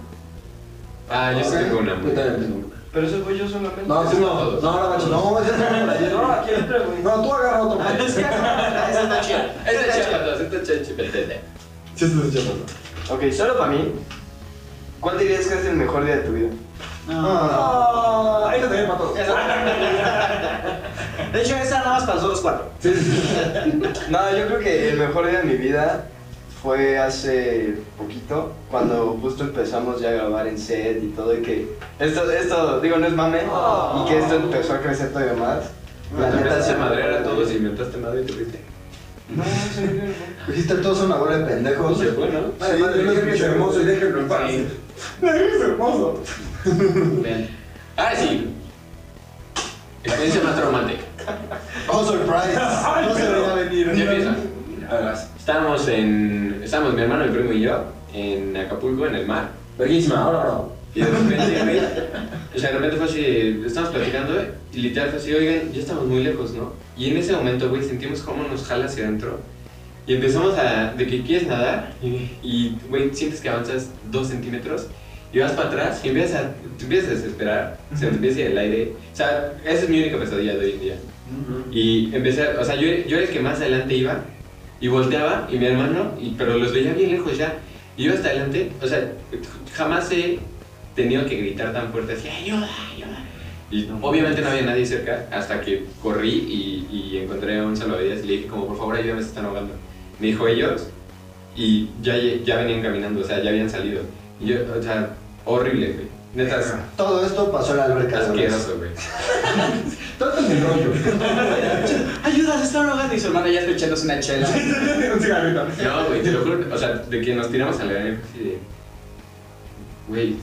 Speaker 1: Ah, yo sí tengo una.
Speaker 8: Yo también tengo una.
Speaker 2: Pero eso fue yo solamente.
Speaker 8: No, tú no. No, ahora macho. No, ya está.
Speaker 2: No, aquí entra, güey.
Speaker 8: No, tú agarra otro. güey.
Speaker 1: Esa está chida. Esa está chida, esta está chida.
Speaker 8: Sí, esto es chapa.
Speaker 2: Ok, solo para mí. ¿Cuál dirías que es el mejor día de tu vida?
Speaker 3: Ah.
Speaker 8: Ah, esta también mató.
Speaker 4: De hecho, esa nada más para nosotros cuatro.
Speaker 8: Sí, sí, sí.
Speaker 2: No, yo creo que el mejor día de mi vida fue hace poquito, cuando justo empezamos ya a grabar en set y todo, y que esto, esto digo, no es mame, y que esto empezó a crecer todavía más. La
Speaker 1: Te
Speaker 2: neta
Speaker 1: empezaste
Speaker 2: se
Speaker 1: a madrear a todos y inventaste madre y te fuiste.
Speaker 2: No, sí, no,
Speaker 3: Hiciste todos una bola de pendejos.
Speaker 1: Se fue, ¿no?
Speaker 8: Además, yo lo escuché hermoso y déjenlo en paz.
Speaker 4: Sí.
Speaker 8: Es hermoso.
Speaker 4: Vean.
Speaker 1: Ah, sí. Experiencia más traumática.
Speaker 3: Oh, surprise. No se veía venir.
Speaker 1: Ya empieza. Estábamos en. Estábamos mi hermano, mi primo y yo en Acapulco, en el mar.
Speaker 8: Verguísima, ahora no.
Speaker 1: Y de repente, güey. O sea, de repente fue así. Estábamos platicando, güey. Y literal fue así, oigan, ya estamos muy lejos, ¿no? Y en ese momento, güey, sentimos cómo nos jala hacia adentro. Y empezamos a. de que quieres nadar. Y, güey, sientes que avanzas dos centímetros. Y vas para atrás y empiezas a, te empiezas a desesperar, se te empieza a ir el aire. O sea, esa es mi única pesadilla de hoy en día. Y empecé, a- o sea, yo, yo era el que más adelante iba y volteaba y mi hermano, y, pero los veía bien lejos ya. Y yo hasta adelante, o sea, jamás he tenido que gritar tan fuerte así, ayuda, ayuda. Y obviamente no había nadie cerca hasta que corrí y, y encontré a un salvavidas y le dije como, por favor, ayúdame, se están ahogando. Me dijo ellos y ya, lle- ya venían caminando, o sea, ya habían salido. Y yo, o sea, horrible, güey. Neta, es
Speaker 3: Todo esto pasó en la alberca.
Speaker 1: asqueroso, güey.
Speaker 8: Tanto es mi rollo.
Speaker 4: Ayuda, se está ahogando y su hermana ya está echándose una chela.
Speaker 8: Un cigarrito.
Speaker 1: No, güey, te lo juro. O sea, de que nos tiramos al aire, así de. Güey,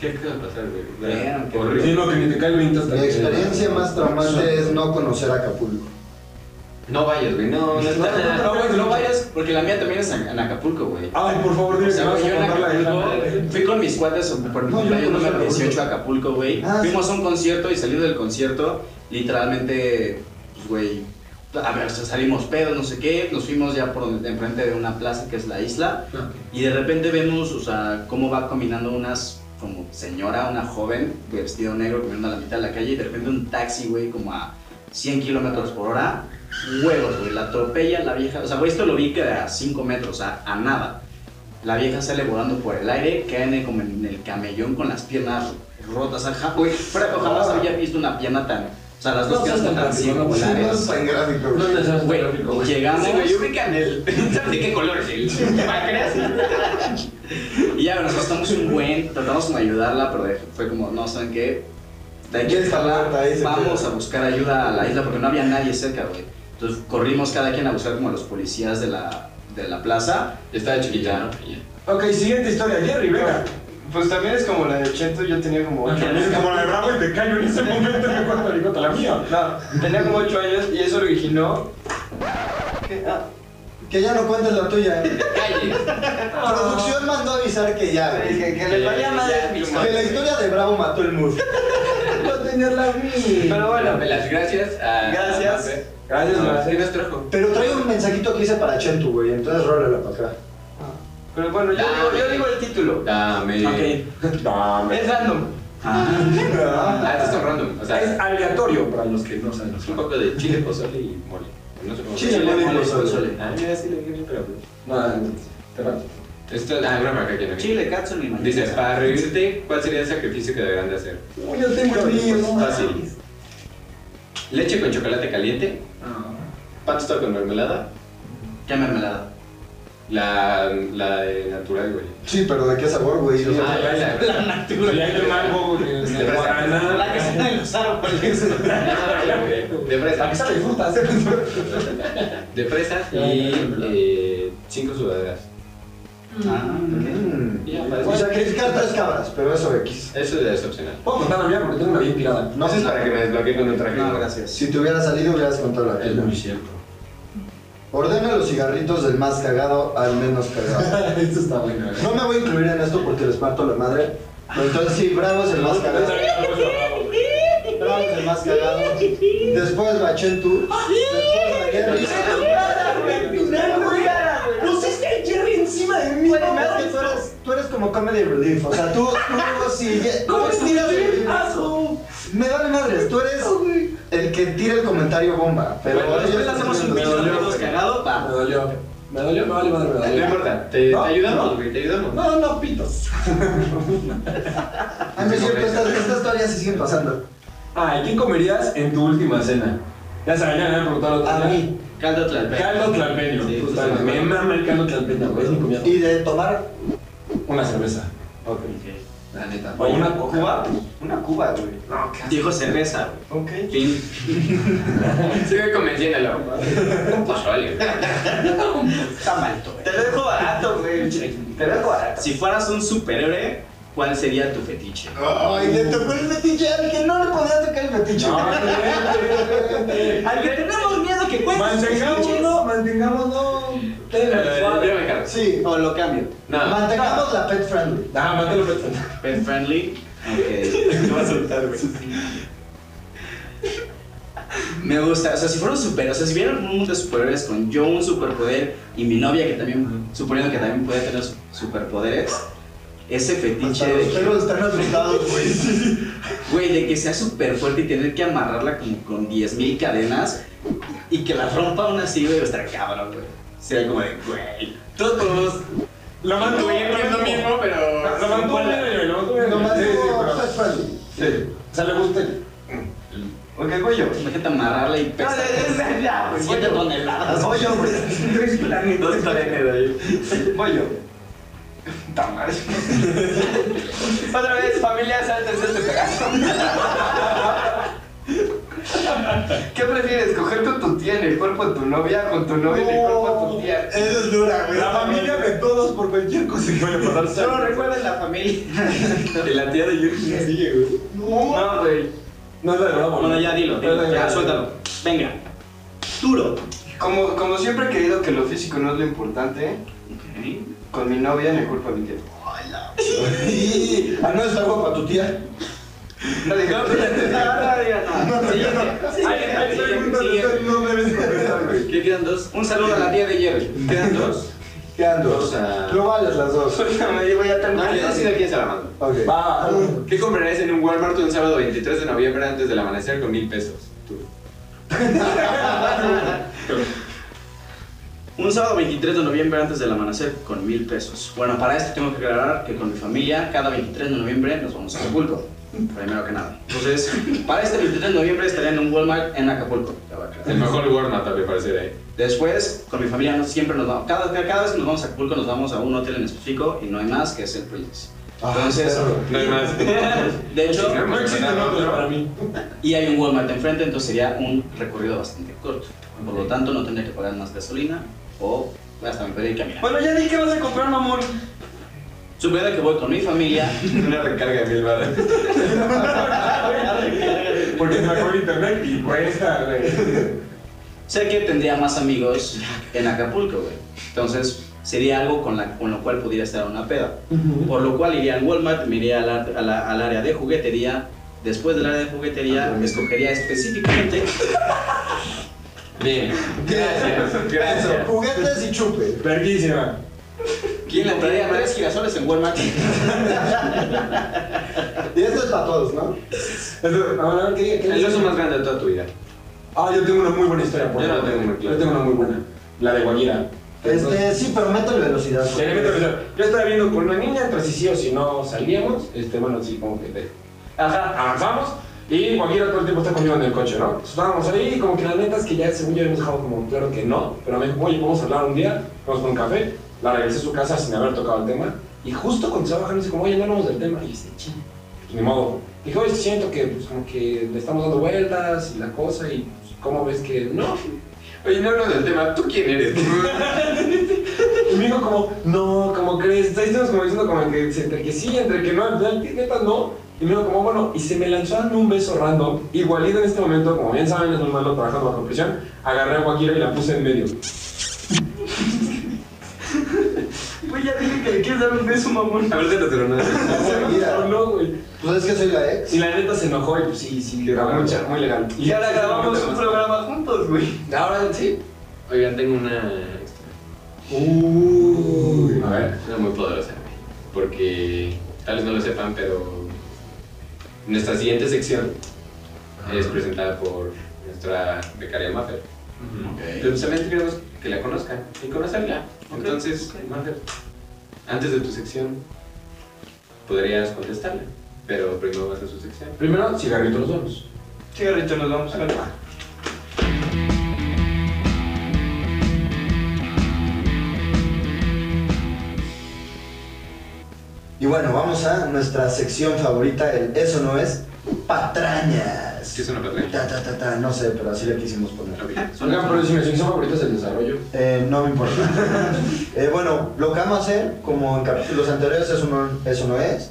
Speaker 1: ¿qué acaba de pasar, güey? O sea,
Speaker 4: Vieron que-
Speaker 1: horrible.
Speaker 8: Sí, no, que ni te cae el viento hasta
Speaker 3: Mi
Speaker 8: que-
Speaker 3: experiencia más traumante es no conocer Acapulco.
Speaker 1: No vayas, güey, no, no está
Speaker 4: No, güey, no vayas, porque la mía también es en en Acapulco, güey.
Speaker 8: Ay, por favor,
Speaker 4: O
Speaker 8: dime que
Speaker 4: sea,
Speaker 8: vas
Speaker 4: güey, yo en
Speaker 8: a contar la
Speaker 4: Acapulco
Speaker 8: isla.
Speaker 4: fui con mis cuates por mi
Speaker 8: No, yo
Speaker 4: cumpleaños
Speaker 8: no
Speaker 4: número
Speaker 8: conozco
Speaker 4: 18 a Acapulco, güey.
Speaker 3: Ah, sí.
Speaker 4: Fuimos a un concierto y saliendo del concierto, literalmente, pues, güey, a ver, o sea, salimos pedos, no sé qué, nos fuimos ya por donde- enfrente de una plaza que es la isla. Y de repente vemos, o sea, cómo va caminando unas, como señora, una joven, de vestido negro, caminando a la mitad de la calle, y de repente un taxi, güey, como a 100 kilómetros por hora, huevos, güey, la atropella la vieja, o sea, güey, esto lo vi que a 5 metros, a, a nada. La vieja sale volando por el aire, cae en el, como en el camellón con las piernas rotas, ajá, güey, fuera que jamás había visto una pierna tan, o sea, las dos
Speaker 8: No,
Speaker 4: piernas
Speaker 8: seas
Speaker 4: tan
Speaker 8: tan gráfico, no,
Speaker 3: No
Speaker 4: circulares.
Speaker 3: es tan gráfico.
Speaker 8: No, no, no,
Speaker 4: Güey,
Speaker 8: no, no, no, no.
Speaker 4: llegamos...
Speaker 1: Sí, güey, ubican el. ¿Sabes de qué color es el? ¿Páncreas?
Speaker 4: Y ya, nos gastamos un buen, tratamos como de ayudarla, pero de- fue como, no, ¿saben qué? De aquí
Speaker 3: Esta
Speaker 4: está
Speaker 3: puerta ahí se
Speaker 4: vamos
Speaker 3: queda.
Speaker 4: a buscar ayuda a la isla porque no había nadie cerca, güey. Entonces corrimos cada quien a buscar como a los policías de la, de la plaza.
Speaker 1: Yo estaba chiquita, ¿no? Y ya.
Speaker 8: Ok, siguiente historia. Jerry, venga.
Speaker 2: Pues también es como la de Chento, yo tenía como 8 años.
Speaker 8: Es como la de Rabo y te callo en ese momento. Me cuento la anécdota, la mía.
Speaker 2: No, tenía como 8 años y eso originó. ¿Qué? Ah,
Speaker 3: Que ya no cuentes la tuya. eh.
Speaker 1: Calle.
Speaker 3: Producción mandó a avisar que ya,
Speaker 2: que,
Speaker 3: güey.
Speaker 2: que, le valía madre mi
Speaker 3: Que la historia de Bravo mató el mood.
Speaker 8: No tenerla a mí.
Speaker 2: Pero bueno,
Speaker 1: pues, Las gracias a.
Speaker 2: Gracias.
Speaker 8: Gracias,
Speaker 1: No, ¿Qué
Speaker 8: gracias.
Speaker 1: nos trajo?
Speaker 3: Pero trae un mensajito que hice para Chentu, güey. Entonces rólala para acá.
Speaker 2: pero bueno, yo digo, yo digo el título.
Speaker 1: Dame.
Speaker 8: Dame.
Speaker 2: Es random.
Speaker 1: Ah, esto es random. O sea,
Speaker 8: Es aleatorio para los que no saben.
Speaker 1: un poco de chile, pozole y mole. No sé cómo
Speaker 3: Chile,
Speaker 1: se llama.
Speaker 3: mole y pozole.
Speaker 1: Ah, mira, sí le dije bien, pero. pues.
Speaker 8: Nada, te va.
Speaker 1: Esto ah, una marca que no vi.
Speaker 4: Chile, Katsu, mi madre.
Speaker 1: Dices, para revivirte, ¿cuál sería el sacrificio que deberán de hacer?
Speaker 8: Uy, yo tengo el mío. no
Speaker 1: Fácil. Leche con chocolate caliente, pasto con mermelada,
Speaker 4: ¿Qué mermelada?
Speaker 1: la, la de natural, güey.
Speaker 3: Sí, pero ¿de qué sabor, güey? O sea,
Speaker 1: Ah, ya, ya, ya.
Speaker 8: mames. Ya hay un mango de de guaraná.
Speaker 4: La que se da en los árboles.
Speaker 1: De
Speaker 8: La que
Speaker 1: fresa.
Speaker 8: sabe frutas.
Speaker 1: De fresa y eh, cinco sudaderas.
Speaker 4: Ah,
Speaker 3: mm.
Speaker 1: Ya,
Speaker 3: Y
Speaker 1: parece.
Speaker 3: sacrificar tres cabras, pero eso X.
Speaker 1: Eso ya es opcional.
Speaker 8: Puedo contar la mía porque tengo una bien pirada.
Speaker 1: No sé para que me desbloquee con un traje.
Speaker 4: No, gracias.
Speaker 3: Si te hubiera salido, hubieras contado la
Speaker 1: Es
Speaker 3: tuya.
Speaker 1: muy cierto.
Speaker 3: Ordena los cigarritos del más cagado al menos cagado.
Speaker 8: Esto está bueno.
Speaker 3: No me voy a incluir en esto porque les parto la madre. Pero Entonces sí, Bravo es el más cagado. Bravo es el más cagado. Después va Chentu. Después va Jerry.
Speaker 8: Pusiste a Jerry encima de mí.
Speaker 3: Güey, más que tú eres, tú eres como comedy relief. O sea, tú, tú sí. Ah, ¿Cómo tiras? Me vale madres, tú eres el que tira el comentario bomba. Pero
Speaker 1: Bueno, después
Speaker 3: ellos-
Speaker 4: Pues Hacemos un
Speaker 3: Me
Speaker 4: pinche
Speaker 3: dolió.
Speaker 4: todos cagado,
Speaker 8: Me
Speaker 4: va.
Speaker 8: dolió. Me dolió, me vale madre, me
Speaker 1: No
Speaker 8: dolió.
Speaker 1: importa, te,
Speaker 8: No,
Speaker 1: te ayudamos, güey, te ayudamos.
Speaker 8: No, no, pitos.
Speaker 3: Ay, no es cierto, estas, estas todavía se siguen pasando.
Speaker 8: Ah, ¿y ¿quién comerías en tu última cena? Ya saben, ya me han preguntado la
Speaker 3: A
Speaker 8: otra
Speaker 3: mí.
Speaker 1: Caldo tlalpeño.
Speaker 8: Caldo tlalpeño.
Speaker 1: Sí,
Speaker 8: Puta, me mama el caldo tlalpeño, güey, es mi comida.
Speaker 3: Y de tomar.
Speaker 8: Una cerveza.
Speaker 3: Ok.
Speaker 4: La neta.
Speaker 8: O una coca.
Speaker 2: Una cuba, güey.
Speaker 4: Dijo cerveza, güey.
Speaker 2: Ok.
Speaker 4: Fin.
Speaker 1: Sigue convenciéndolo. Un pozole.
Speaker 4: Está mal, güey.
Speaker 2: Te lo dejo barato, güey. Te lo dejo barato.
Speaker 4: Si fueras un superhéroe, ¿cuál sería tu fetiche?
Speaker 3: Ay, le tocó el metiche al que no le podía tocar el metiche.
Speaker 4: Al que tenemos miedo que
Speaker 8: Mantengámoslo, mantengámoslo.
Speaker 1: Yo me cargo.
Speaker 3: Sí,
Speaker 2: O lo cambio.
Speaker 1: No.
Speaker 3: mantengamos la pet friendly.
Speaker 8: Ah, mátalo, Petro.
Speaker 4: Pet friendly. Ok. Te voy a soltar, güey. Me gusta, o sea, si fueron super, o sea, si vieron un mundo de superhéroes con yo un superpoder y mi novia que también, suponiendo que también puede tener su- superpoderes, ese fetiche
Speaker 3: Hasta los
Speaker 4: de que-
Speaker 3: perros están asustados, güey.
Speaker 4: Güey, de que sea súper fuerte y tener que amarrarla como con 10.000 cadenas y que la rompa aún así, güey, estar cabrón, güey. Sería como de, güey. Todos podemos.
Speaker 8: Lo mantuvo.
Speaker 1: es lo mismo, pero.
Speaker 8: Lo mantuvo en el- lo mantuvo en el-
Speaker 3: Nomás
Speaker 8: Sí, sí,
Speaker 3: digo
Speaker 8: pero-
Speaker 3: pet friendly.
Speaker 8: Sí. O sea, le gusta. el-
Speaker 2: Ok, voy yo.
Speaker 4: Imagínate amarrala y
Speaker 2: No,
Speaker 4: pesar.
Speaker 2: no, no, ya, güey.
Speaker 4: Siete toneladas.
Speaker 2: Voy yo, güey.
Speaker 4: Dos toneladas.
Speaker 2: Voy yo. Tamales. Otra vez, familia, salten este pedazo. ¿Qué prefieres? ¿Coger con tu tía en el cuerpo de tu novia? ¿Con tu novia en el cuerpo de tu tía?
Speaker 3: Eso es dura, güey.
Speaker 8: La familia de todos por cualquier cosa que vaya a pasar.
Speaker 4: Solo recuerden la familia.
Speaker 1: De la tía de Jürgen sigue, güey.
Speaker 2: No, güey.
Speaker 8: No es la verdad,
Speaker 4: Bueno, ya dilo, dilo, ya suéltalo. Venga. Duro.
Speaker 2: Como, como siempre he querido que lo físico no es lo importante, con mi novia en el cuerpo de mi tía.
Speaker 3: Y- Ah, no es agua para tu tía.
Speaker 2: No dije.
Speaker 8: No debes contestar, güey.
Speaker 1: ¿Qué quedan dos?
Speaker 4: Un saludo a la tía de Jerry.
Speaker 1: Quedan dos.
Speaker 3: Quedan
Speaker 1: Vamos
Speaker 3: dos.
Speaker 1: a-
Speaker 3: No vales las dos.
Speaker 2: Suéltame, yo voy a
Speaker 1: No,
Speaker 2: terminar.
Speaker 1: yo decido quién se la mando.
Speaker 3: Ok.
Speaker 8: Va.
Speaker 1: Ah, ¿Qué comprarás en un Walmart un sábado 23 de noviembre antes del amanecer con mil pesos? Tú.
Speaker 4: Un sábado 23 de noviembre antes del amanecer con mil pesos. Bueno, para esto tengo que aclarar que con mi familia cada 23 de noviembre nos vamos a Acapulco. primero que nada. Entonces, para este 23 de noviembre estaré en un Walmart en Acapulco. Ya va, claro.
Speaker 1: El mejor Walmart, a mi parecer, ¿eh? ahí.
Speaker 4: Después, con mi familia nos- siempre nos vamos, cada, cada vez que nos vamos a Acapulco nos vamos a un hotel en específico y no hay más que es el Princess.
Speaker 1: Ah,
Speaker 3: Ah,
Speaker 4: Entonces,
Speaker 1: No hay más.
Speaker 4: de hecho,
Speaker 8: No existen otros para mí.
Speaker 4: y hay un Walmart enfrente, entonces sería un recorrido bastante corto. Por lo tanto, no tendría que pagar más gasolina o hasta me podría ir caminando.
Speaker 2: Bueno, ya di que vas a comprar, mamón.
Speaker 4: Supiera que voy con mi familia.
Speaker 1: Una recarga de mil balas.
Speaker 8: Porque me acuerdo internet y cuesta, güey.
Speaker 4: sé que tendría más amigos en Acapulco, güey. Entonces, sería algo con, la, con lo cual pudiera estar a una peda. Por lo cual iría al Walmart, me iría al, ar- a la- al área de juguetería. Después del área de juguetería, escogería específicamente
Speaker 1: Bien. Gracias. Gracias.
Speaker 3: Juguetes y chupe.
Speaker 8: Verguísima.
Speaker 4: quién compraría tres girasoles en Walmart.
Speaker 3: Y esto es para todos, ¿no?
Speaker 8: Entonces, a ver, ¿qué- qué-
Speaker 1: El oso más grande de toda tu vida.
Speaker 8: Ah, yo tengo una muy buena historia. por
Speaker 1: Yo no
Speaker 8: favor.
Speaker 1: tengo muy clara.
Speaker 8: Yo tengo una muy buena. La de Guajira.
Speaker 3: Este, sí, pero métele velocidad.
Speaker 8: Sí, le meto presión. Yo estaba viendo con una niña, entre si sí o si no salíamos, este, bueno, sí, como que de- Ajá, avanzamos, y Guajira todo el tiempo está conmigo en el coche, ¿no? Pues estábamos ahí, y como que la neta es que ya según yo habíamos dejado como claro que no, pero me dijo, oye, vamos a hablar un día, vamos por un café, la regresé a su casa sin haber tocado el tema, y justo cuando estaba bajando, dice como, oye, no hablamos del tema, y dice, ching, pues ni modo. Dijo, oye, siento que, pues, como que le estamos dando vueltas y la cosa, y pues, cómo ves que no,
Speaker 1: Oye, no hablo del tema. ¿Tú quién eres?
Speaker 8: Y me dijo como, no, como crees, Entonces, estamos como diciendo como que entre que sí, entre que no, al final, neta no. Y me dijo como, bueno, y se me lanzó a darme un beso random. Igualito en este momento, como bien saben, es un malo trabajando bajo presión. Agarré a Guajira y la puse en medio.
Speaker 2: Güey, ya dije que le quieres dar un beso, mamón.
Speaker 1: A ver, déjatelo, no.
Speaker 3: mira.
Speaker 8: No, no, güey.
Speaker 3: Pues es que soy la ex.
Speaker 8: Y la neta se enojó y pues sí, sí, le grabó mucha, muy legal.
Speaker 2: Y ahora grabamos un programa juntos, güey.
Speaker 8: Ahora sí.
Speaker 1: Oigan, tengo una extra.
Speaker 8: Uy. A ver.
Speaker 1: Una muy poderosa, güey. Porque tal vez no lo sepan, pero nuestra siguiente sección es presentada por nuestra becaria Maffer. Pero justamente queremos que la conozcan y conocerla. Entonces, Maffer, antes de tu sección, podrías contestarla. Pero primero vas a su sección.
Speaker 8: Primero, cigarrito los dos.
Speaker 2: Cigarrito, nos vamos a calmar.
Speaker 3: Y bueno, vamos a nuestra sección favorita, el Eso no es patrañas.
Speaker 1: ¿Sí es una patraña?
Speaker 3: Ta, ta, ta, ta, no sé, pero así le quisimos poner.
Speaker 1: Ok.
Speaker 8: Oigan, pero si mi sección favorita es el desarrollo.
Speaker 3: Eh, no me importa. Eh, bueno, lo que vamos a hacer, como en capítulos anteriores, eso no, eso no es.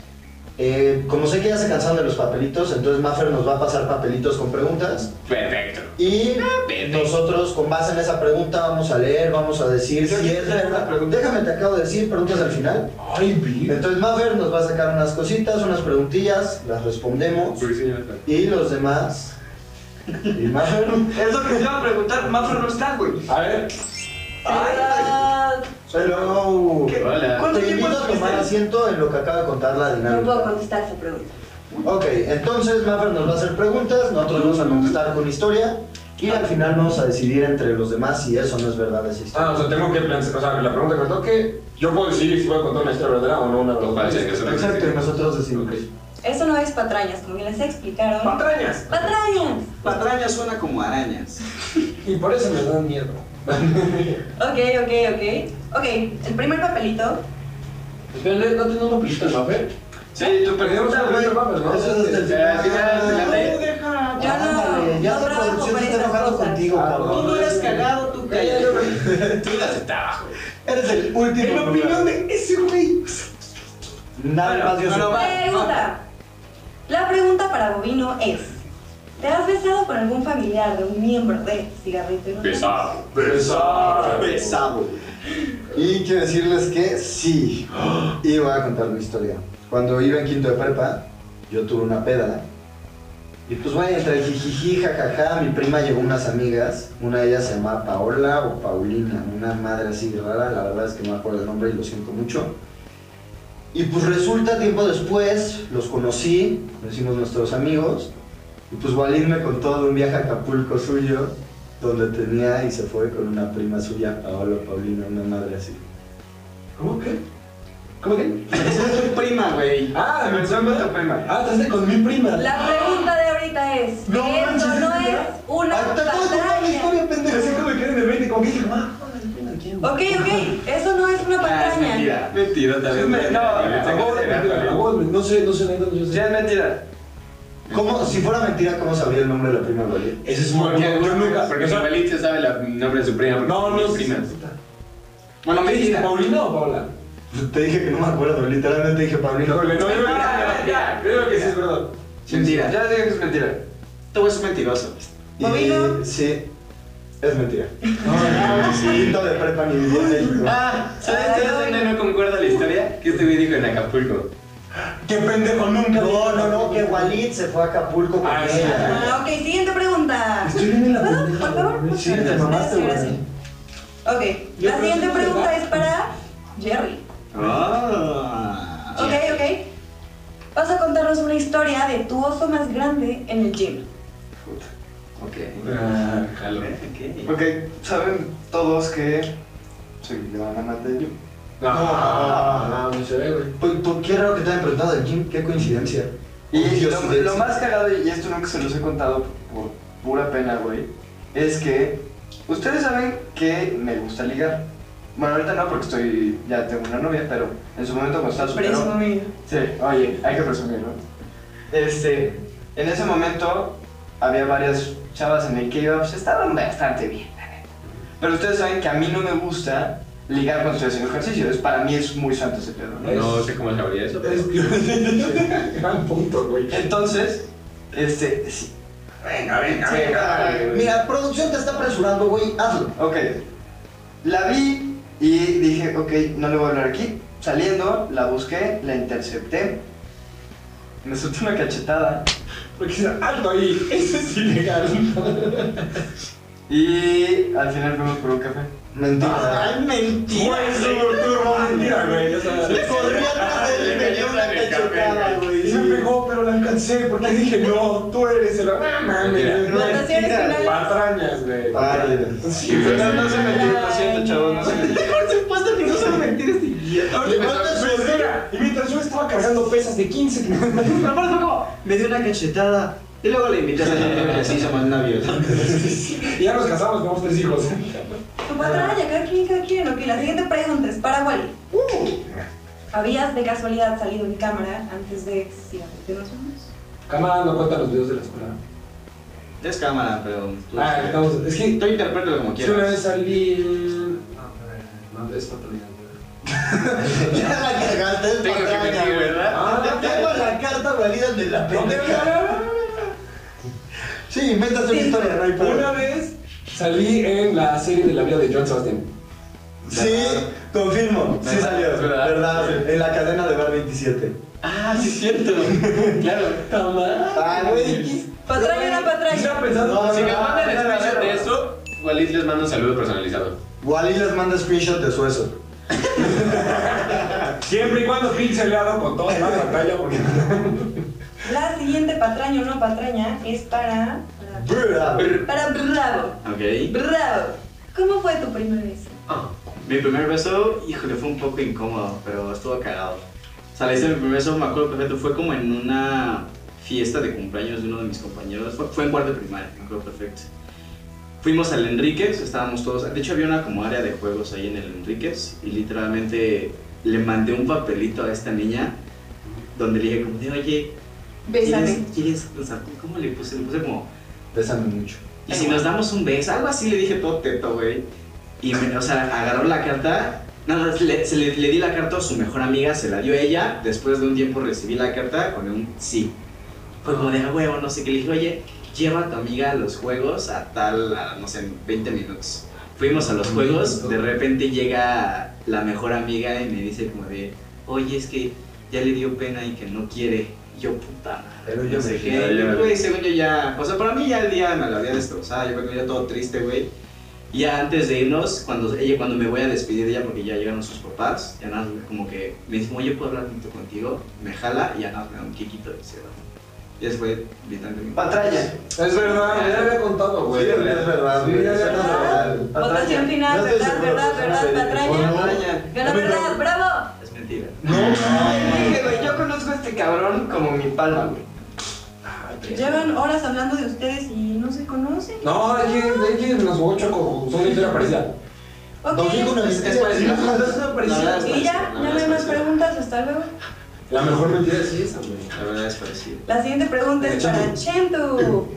Speaker 3: Eh, como sé que ya se cansaron de los papelitos, entonces Maffer nos va a pasar papelitos con preguntas.
Speaker 1: Perfecto.
Speaker 3: Y
Speaker 1: pendejo.
Speaker 3: nosotros, con base en esa pregunta, vamos a leer, vamos a decir
Speaker 2: Yo
Speaker 3: si
Speaker 2: quiero
Speaker 3: es
Speaker 2: hacer
Speaker 3: verdad.
Speaker 2: una pregunta.
Speaker 3: Déjame, te acabo de decir preguntas al final.
Speaker 8: Ay, bien.
Speaker 3: Entonces Maffer nos va a sacar unas cositas, unas preguntillas, las respondemos.
Speaker 1: ¿Por qué se llama
Speaker 3: Y los demás. Y Maffer.
Speaker 2: Es lo que te iba a preguntar, Mafra no está, güey.
Speaker 8: A ver.
Speaker 2: Ay,
Speaker 3: Hello.
Speaker 2: ¿Qué?
Speaker 1: Hola.
Speaker 2: ¿Cuánto
Speaker 3: Te
Speaker 2: tiempo
Speaker 3: invito a tomar
Speaker 2: estuviste?
Speaker 3: asiento en lo que acaba de contar la
Speaker 10: No puedo
Speaker 3: dinámica.
Speaker 10: contestar esa pregunta.
Speaker 3: Ok, entonces Maffer nos va a hacer preguntas, nosotros vamos a contestar con historia y al final vamos a decidir entre los demás si eso no es verdad esa historia.
Speaker 8: Ah, o sea, tengo que pensar, o sea, la pregunta que me toque, yo puedo decidir si voy a contar una historia verdadera o no una
Speaker 1: O
Speaker 8: verdadera.
Speaker 1: falsa, que eso no
Speaker 3: Exacto, y
Speaker 1: existe.
Speaker 3: nosotros decimos.
Speaker 1: Ok.
Speaker 10: Eso no es patrañas, como bien les explicaron.
Speaker 8: ¡Patrañas!
Speaker 10: ¡Patrañas!
Speaker 4: Patraña suena como arañas.
Speaker 8: Y por eso me dan miedo.
Speaker 10: Ok, ok, ok. Ok, el primer papelito.
Speaker 8: Espérate, ¿no tengo un papelito de papel?
Speaker 1: Sí, tú
Speaker 8: Tenemos un
Speaker 1: perdiste.
Speaker 8: papelito de papel, ¿no?
Speaker 3: Eso es desde
Speaker 1: Al final, te la
Speaker 3: el
Speaker 1: lees.
Speaker 2: Deja.
Speaker 10: Yo no-
Speaker 3: Ándale, ya
Speaker 10: no
Speaker 3: sé
Speaker 10: trabajo
Speaker 3: producción
Speaker 10: para
Speaker 3: se está
Speaker 10: esas
Speaker 3: enojando
Speaker 10: cosas.
Speaker 3: contigo,
Speaker 2: Tú
Speaker 3: cabrón.
Speaker 2: Ah, no eres cagado, tú cállate.
Speaker 1: Tú las estabas, güey.
Speaker 3: Eres el último.
Speaker 2: En
Speaker 3: lugar.
Speaker 2: opinión de ese güey.
Speaker 3: Nadie más dio su-
Speaker 1: Bueno, va.
Speaker 10: Pregunta. La pregunta para Bovino es: ¿Te has besado con algún familiar de un miembro de cigarrito? y Rosas?
Speaker 1: Pesado.
Speaker 8: Besar.
Speaker 3: Y quiero decirles que sí. Y voy a contar una historia. Cuando iba en quinto de prepa, yo tuve una peda. Y pues bueno, entre el jijiji, jajaja, mi prima llevó unas amigas. Una de ellas se llamaba Paola o Paulina, una madre así rara. La verdad es que no me acuerdo el nombre y lo siento mucho. Y pues resulta, tiempo después, los conocí, nos hicimos nuestros amigos. Y pues Walid me contó de un viaje a Acapulco suyo, donde tenía y se fue con una prima suya, Paola Paulina, una madre así.
Speaker 8: ¿Cómo que? ¿Cómo que?
Speaker 4: Esa es tu prima, güey.
Speaker 8: Ah, me
Speaker 2: Empezó con tu prima.
Speaker 8: Ah, estás con mi prima. Ah,
Speaker 10: La pregunta de ahorita es,
Speaker 8: No
Speaker 10: ¿esto
Speaker 8: manches, ¿es
Speaker 10: no es
Speaker 8: verdad?
Speaker 10: una
Speaker 3: Ah, Te acabo de contar la
Speaker 10: patraña?
Speaker 3: historia, pendejo.
Speaker 8: Así como que eres de 20, como que dije, mamá, joder, prima, ¿quién?
Speaker 10: Ok, ok, eso no es una
Speaker 1: Ah, es
Speaker 10: patraña.
Speaker 1: mentira. Mentira también.
Speaker 2: Es mentira.
Speaker 1: Mentira.
Speaker 8: A huevo, mentira, a huevo, No sé, no sé, neta, no sé.
Speaker 2: Ya es mentira.
Speaker 3: ¿Cómo, si fuera mentira, ¿cómo sabría el nombre de la prima, güey?
Speaker 8: Ese es muy
Speaker 1: Porque
Speaker 8: bueno.
Speaker 1: nunca, porque
Speaker 8: O sea,
Speaker 1: Samuelita sabe el nombre de su prima. porque
Speaker 8: No, no,
Speaker 1: es mi
Speaker 8: sí.
Speaker 1: prima.
Speaker 4: Bueno,
Speaker 8: ¿Qué dijiste,
Speaker 4: mentira.
Speaker 8: Paulino o Paula?
Speaker 3: Te dije que no me acuerdo, literalmente dije Paulino.
Speaker 8: Híjole, no, yo creo que-
Speaker 2: Ya,
Speaker 8: ya, yo creo que sí es verdad.
Speaker 4: Mentira.
Speaker 2: Ya dije que es mentira.
Speaker 4: Este güey es un mentiroso.
Speaker 3: Y
Speaker 10: Paulino.
Speaker 3: sí, es mentira. Sí, quinto de prepa ni viví en México.
Speaker 1: Ah, ¿sabes, sabes
Speaker 10: Ay.
Speaker 1: dónde no concuerda la historia? Que este güey dijo en Acapulco.
Speaker 8: ¡Qué pendejo! Nunca.
Speaker 3: No, no, no, que Walid se fue a Acapulco con
Speaker 8: Ah, sí.
Speaker 3: ella.
Speaker 10: Ah, ok, siguiente pregunta.
Speaker 8: Estoy viendo la
Speaker 10: ¿Puedo,
Speaker 8: pendeja,
Speaker 10: por favor?
Speaker 8: güey.
Speaker 10: Muchas
Speaker 3: Sí, te
Speaker 10: gracias,
Speaker 3: mamaste,
Speaker 10: gracias,
Speaker 3: güey.
Speaker 10: gracias. Ok, la
Speaker 8: creo
Speaker 10: siguiente
Speaker 8: que sí,
Speaker 10: pregunta
Speaker 8: ¿verdad?
Speaker 10: es para Jerry.
Speaker 4: Ah.
Speaker 10: Ok, ok. Vas a contarnos una historia de tu oso más grande en el gym.
Speaker 4: Ok.
Speaker 8: Ah,
Speaker 4: Jalo. Ok.
Speaker 2: Ok, saben todos que soy Leona Mateyo.
Speaker 8: Ah, mi cerebro.
Speaker 3: Pues, ¿por qué raro que te hayan preguntado del gym? Qué coincidencia.
Speaker 2: Y
Speaker 3: Obvio,
Speaker 2: lo,
Speaker 3: sí,
Speaker 2: lo
Speaker 3: sí.
Speaker 2: más cagado, y esto nunca se los he contado por pura pena, güey, es que ustedes saben que me gusta ligar. Bueno, ahorita no porque estoy, ya tengo una novia, pero en su momento cuando estaba soltero...
Speaker 10: Presumir.
Speaker 2: Sí, oye, hay que presumir, ¿no? Este, en ese momento había varias chavas en el que iba, pues estaban bastante bien, la neta. Pero ustedes saben que a mí no me gusta ligar cuando estoy haciendo ejercicio, es, para mí es muy santo ese pedo, ¿no?
Speaker 1: No sé cómo sabría eso, pero.
Speaker 8: Es gran punto, güey.
Speaker 2: Entonces, este, sí,
Speaker 4: Venga, venga,
Speaker 2: Sí.
Speaker 4: venga.
Speaker 3: Mira, producción te está apresurando, güey, hazlo.
Speaker 2: Ok. La vi y dije, ok, no le voy a hablar aquí. Saliendo, la busqué, la intercepté. Me soltó una cachetada.
Speaker 8: Porque es alto ahí. Eso es ilegal.
Speaker 2: Y al final fuimos por un café.
Speaker 3: Mentira.
Speaker 4: Ay, mentira.
Speaker 8: Güey, es súper turbo. Mentira, güey. o sea,
Speaker 3: Corrí
Speaker 1: Ah,
Speaker 3: atrás de él y me dio una cachetada, güey.
Speaker 8: Y se me pegó, pero la alcancé porque dije, no, tú eres el. ¡Ah, mames!
Speaker 3: Mentira.
Speaker 10: Nataciones
Speaker 3: tira,
Speaker 10: finales.
Speaker 8: Patrañas, güey.
Speaker 3: Ay,
Speaker 8: Sí, güey.
Speaker 2: No, no se metió, lo siento, chavos, no se metió.
Speaker 4: Por supuesto que no se mentir este idiota.
Speaker 8: Y mientras- Espera, y mientras yo estaba cargando pesas de 15 kilómetros.
Speaker 4: Pero aparte fue como, me dio una cachetada. Y luego le invité a cenar. Así se más labios.
Speaker 8: Y ya nos casamos, tenemos tres hijos.
Speaker 10: Tu patraña, cada quien, cada quien. Ok, la siguiente pregunta es para Wally. ¿Habías de casualidad salido en cámara antes de de los hombres?
Speaker 8: Cámara no cuenta los videos de la escuela.
Speaker 4: Es cámara, pero. tú-
Speaker 8: Ah, estamos. Es que
Speaker 4: Tú interprétalo como
Speaker 8: Es que una
Speaker 4: quieras.
Speaker 8: vez salí. en- No, a ver, no, es patrulla.
Speaker 3: Ya la cagaste, es
Speaker 1: Tengo que
Speaker 3: patraña,
Speaker 1: mentir,
Speaker 3: güey.
Speaker 1: ¿verdad?
Speaker 8: Ah,
Speaker 3: Tengo la carta válida de la pendeja. Sí, inventas una historia, no hay
Speaker 8: Una
Speaker 3: problema.
Speaker 8: vez salí en la serie de la vida de John Sebastian.
Speaker 3: Sí, confirmo. Sí
Speaker 1: ¿Verdad?
Speaker 3: salió,
Speaker 1: Es verdad.
Speaker 3: ¿verdad? En la cadena de Bar 27.
Speaker 1: Ah, sí, es cierto. Claro.
Speaker 3: Ay, güey.
Speaker 10: Patraña era patraña.
Speaker 8: Estaba pensando.
Speaker 3: No,
Speaker 1: Si me mandan
Speaker 3: no, no,
Speaker 1: screenshot
Speaker 3: no.
Speaker 1: de eso, Walid les manda un saludo personalizado.
Speaker 3: Wally les manda screenshot de su eso.
Speaker 8: Siempre y cuando pixelado con toda la pantalla, porque.
Speaker 10: La siguiente patraña o no patraña es para.
Speaker 3: Bruh.
Speaker 10: Para Bravo.
Speaker 4: Ok.
Speaker 10: Bravo. ¿Cómo fue tu primer beso?
Speaker 4: Ah, Mi primer beso, híjole, fue un poco incómodo, pero estuvo cagado. O sea, le hice mi primer beso, me acuerdo perfecto, fue como en una fiesta de cumpleaños de uno de mis compañeros, fue, fue en cuarto de primaria, me acuerdo perfecto. Fuimos al Enríquez, estábamos todos, de hecho había una como área de juegos ahí en el Enríquez y literalmente le mandé un papelito a esta niña donde le dije como de, oye, ¿quieres,
Speaker 10: Bésame.
Speaker 4: ¿quieres besar? ¿Cómo le puse? Le puse como,
Speaker 3: Pésame mucho.
Speaker 4: y si nos damos un beso, algo así le dije todo teto, güey. Y, me- o sea, agarró la carta. Nada más le, se le, le di la carta a su mejor amiga, se la dio ella. Después de un tiempo recibí la carta con un sí. Fue como de "Ah, huevo, no sé qué. Le dije, oye, lleva a tu amiga a los juegos a tal, a, no sé, en 20 minutos. Fuimos a los juegos, de repente llega la mejor amiga y me dice como de, oye, es que ya le dio pena y que no quiere. Y yo, puta madre.
Speaker 3: Pero yo
Speaker 4: No sé
Speaker 3: me
Speaker 4: qué,
Speaker 1: ya, ya.
Speaker 4: güey, según yo ya, o sea, para mí ya el día me lo había destrozado, yo venía todo triste, güey. Y Ya antes de irnos, cuando ella, cuando me voy a despedir de ella porque ya llegaron sus papás, ya nada, más como que me dice, oye, ¿puedo hablar tantito contigo? Me jala y ya nada, más me da un quiquito y se va. Y eso fue literalmente mi
Speaker 2: Patraña.
Speaker 8: Es verdad, ya le había contado, güey.
Speaker 3: Sí, es verdad,
Speaker 8: Sí,
Speaker 3: güey.
Speaker 8: ya
Speaker 3: Eso
Speaker 8: le había
Speaker 3: no es
Speaker 8: contado.
Speaker 3: verdad.
Speaker 10: Votación
Speaker 3: No
Speaker 10: final,
Speaker 3: estoy
Speaker 10: verdad,
Speaker 3: seguro
Speaker 10: verdad,
Speaker 3: que sea serio.
Speaker 10: verdad, patraña.
Speaker 3: ¿O no?
Speaker 10: Gana verdad, bravo.
Speaker 4: Es mentira.
Speaker 3: No,
Speaker 2: Ay, dije, güey, yo conozco a este cabrón como mi palma, güey.
Speaker 10: Llevan horas hablando de ustedes y no se conocen.
Speaker 8: No, es que, es que nos jugó Choco, son una historia parecida.
Speaker 10: Ok.
Speaker 3: Nos dijo una
Speaker 1: Es parecido.
Speaker 3: mentira.
Speaker 10: Y ya, ya no hay más preguntas, hasta luego.
Speaker 8: La mejor mentira sí es esa, güey.
Speaker 1: La verdad es parecido.
Speaker 10: La siguiente pregunta es para Chentu.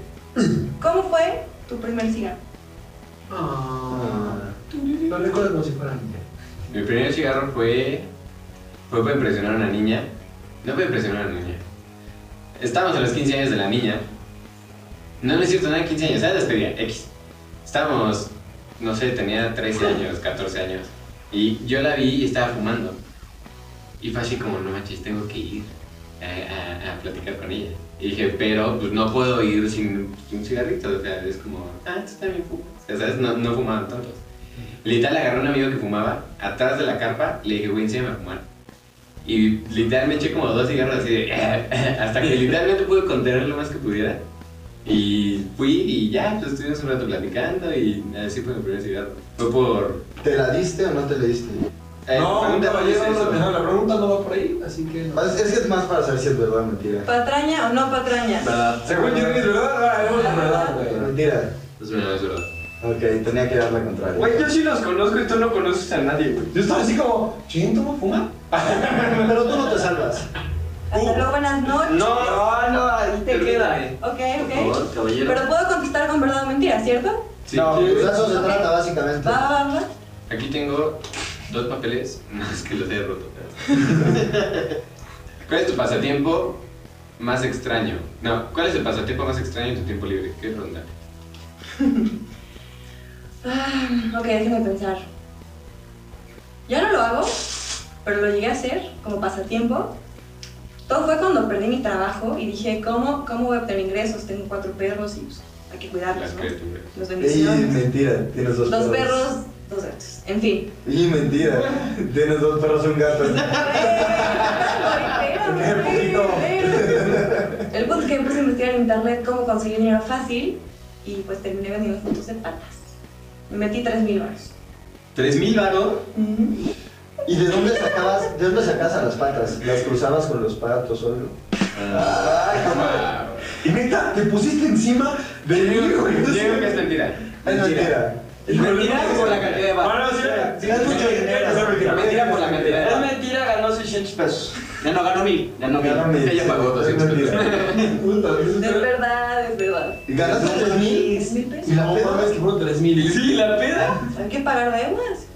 Speaker 10: ¿Cómo fue tu primer cigarro?
Speaker 8: No Ah. recuerdo como si fuera niña.
Speaker 1: Mi primer cigarro fue. fue para impresionar a una niña. No para impresionar a una niña. Estábamos a los 15 años de la niña. No, no es cierto, nada, 15 años, era despedida, X. Estábamos, no sé, tenía 13 años, 14 años. Y yo la vi y estaba fumando. Y fue así como, no manches, tengo que ir a, a- a platicar con ella. Y dije, pero pues no puedo ir sin un cigarrito. O sea, es como, ah, tú también fumas. O sea, ¿sabes? No, no fumaban tantos. Literal agarré a un amigo que fumaba atrás de la carpa, le dije, güey, enséñame a fumar. Y literal me eché como dos cigarros así de... hasta que literalmente pude contener lo más que pudiera. Y fui y ya, pues estuvimos un rato platicando y así fue mi primer cigarro. Fue por...
Speaker 3: ¿Te la diste o no te la diste?
Speaker 1: eh,
Speaker 8: No,
Speaker 1: pregunta, ¿cuál es
Speaker 8: caballero,
Speaker 1: eso?
Speaker 8: no, la pregunta no va por ahí, así que. no.
Speaker 3: Es, es que es más para saber si es verdad o mentira.
Speaker 10: ¿Patraña o no patraña?
Speaker 4: ¿Verdad?
Speaker 8: Según yo, es verdad, ahora vemos la verdad, güey.
Speaker 3: Mentira.
Speaker 1: Es verdad, es verdad.
Speaker 3: Ok, tenía que dar la contraria.
Speaker 2: Güey, yo sí los conozco y tú no conoces a nadie, güey.
Speaker 8: Yo estaba así como, ching, ¿cómo fuma?
Speaker 3: Pero tú no te salvas.
Speaker 10: Hasta luego, buenas noches.
Speaker 2: No, no, ahí te queda, eh.
Speaker 10: Ok,
Speaker 4: Por
Speaker 10: ok.
Speaker 4: favor, caballero.
Speaker 10: Pero puedo contestar con verdad o mentira, ¿cierto?
Speaker 1: Sí.
Speaker 3: no, pues de
Speaker 1: Sí.
Speaker 3: eso se trata básicamente.
Speaker 10: Va, va, va.
Speaker 1: Aquí tengo dos papeles, no es que los haya roto. ¿Cuál es tu pasatiempo más extraño? No, ¿cuál es el pasatiempo más extraño en tu tiempo libre? ¿Qué ronda?
Speaker 10: Ah, ok, déjenme pensar. Yo no lo hago, pero lo llegué a hacer como pasatiempo. Todo fue cuando perdí mi trabajo y dije, ¿cómo, cómo voy a obtener ingresos? Tengo cuatro perros y pues, hay que cuidarlos,
Speaker 1: Las
Speaker 10: ¿no?
Speaker 1: criaturas.
Speaker 10: Los
Speaker 3: Y
Speaker 10: bendiciones.
Speaker 3: mentira, tienes dos,
Speaker 10: Dos perros, dos gatos. En fin.
Speaker 3: Y mentira, tienes dos perros y un gato.
Speaker 10: Espérame,
Speaker 3: poquito.
Speaker 10: espérame. El punto es que me puse a investigar en internet cómo conseguir dinero fácil y pues terminé vendiendo fotos de patas. Me metí 3.000 horas.
Speaker 1: ¿Tres mil varos?
Speaker 3: ¿Y de dónde sacabas, de dónde sacabas a las patas? ¿Las cruzabas con los patos o algo? Ah,
Speaker 8: Y neta, te pusiste encima del
Speaker 1: Yo
Speaker 8: hijo.
Speaker 1: creo
Speaker 8: entonces-
Speaker 1: que es mentira.
Speaker 3: Es mentira.
Speaker 4: ¿Y mentira por la cantidad de barro?
Speaker 8: Bueno, Ah, sí, sí,
Speaker 3: Es mucho
Speaker 8: sí,
Speaker 3: dinero.
Speaker 8: sí, sí, sí,
Speaker 4: Mentira por la cantidad de
Speaker 2: Es
Speaker 4: barro.
Speaker 2: mentira, ganó 600 pesos.
Speaker 4: Ya no ganó mil, ya no
Speaker 3: Ganaron
Speaker 4: mil.
Speaker 3: mil.
Speaker 1: Ella pagó 200
Speaker 3: Es mentira.
Speaker 8: Puta, eso
Speaker 10: Es
Speaker 8: está-
Speaker 10: verdad, es verdad.
Speaker 3: ¿Y ¿Ganaste tres mil?
Speaker 10: ¿Es mil pesos?
Speaker 3: ¿Y la
Speaker 8: No mames,
Speaker 3: peda?
Speaker 8: que fueron 3000. Y sí, la peda.
Speaker 10: Hay que pagar deudas.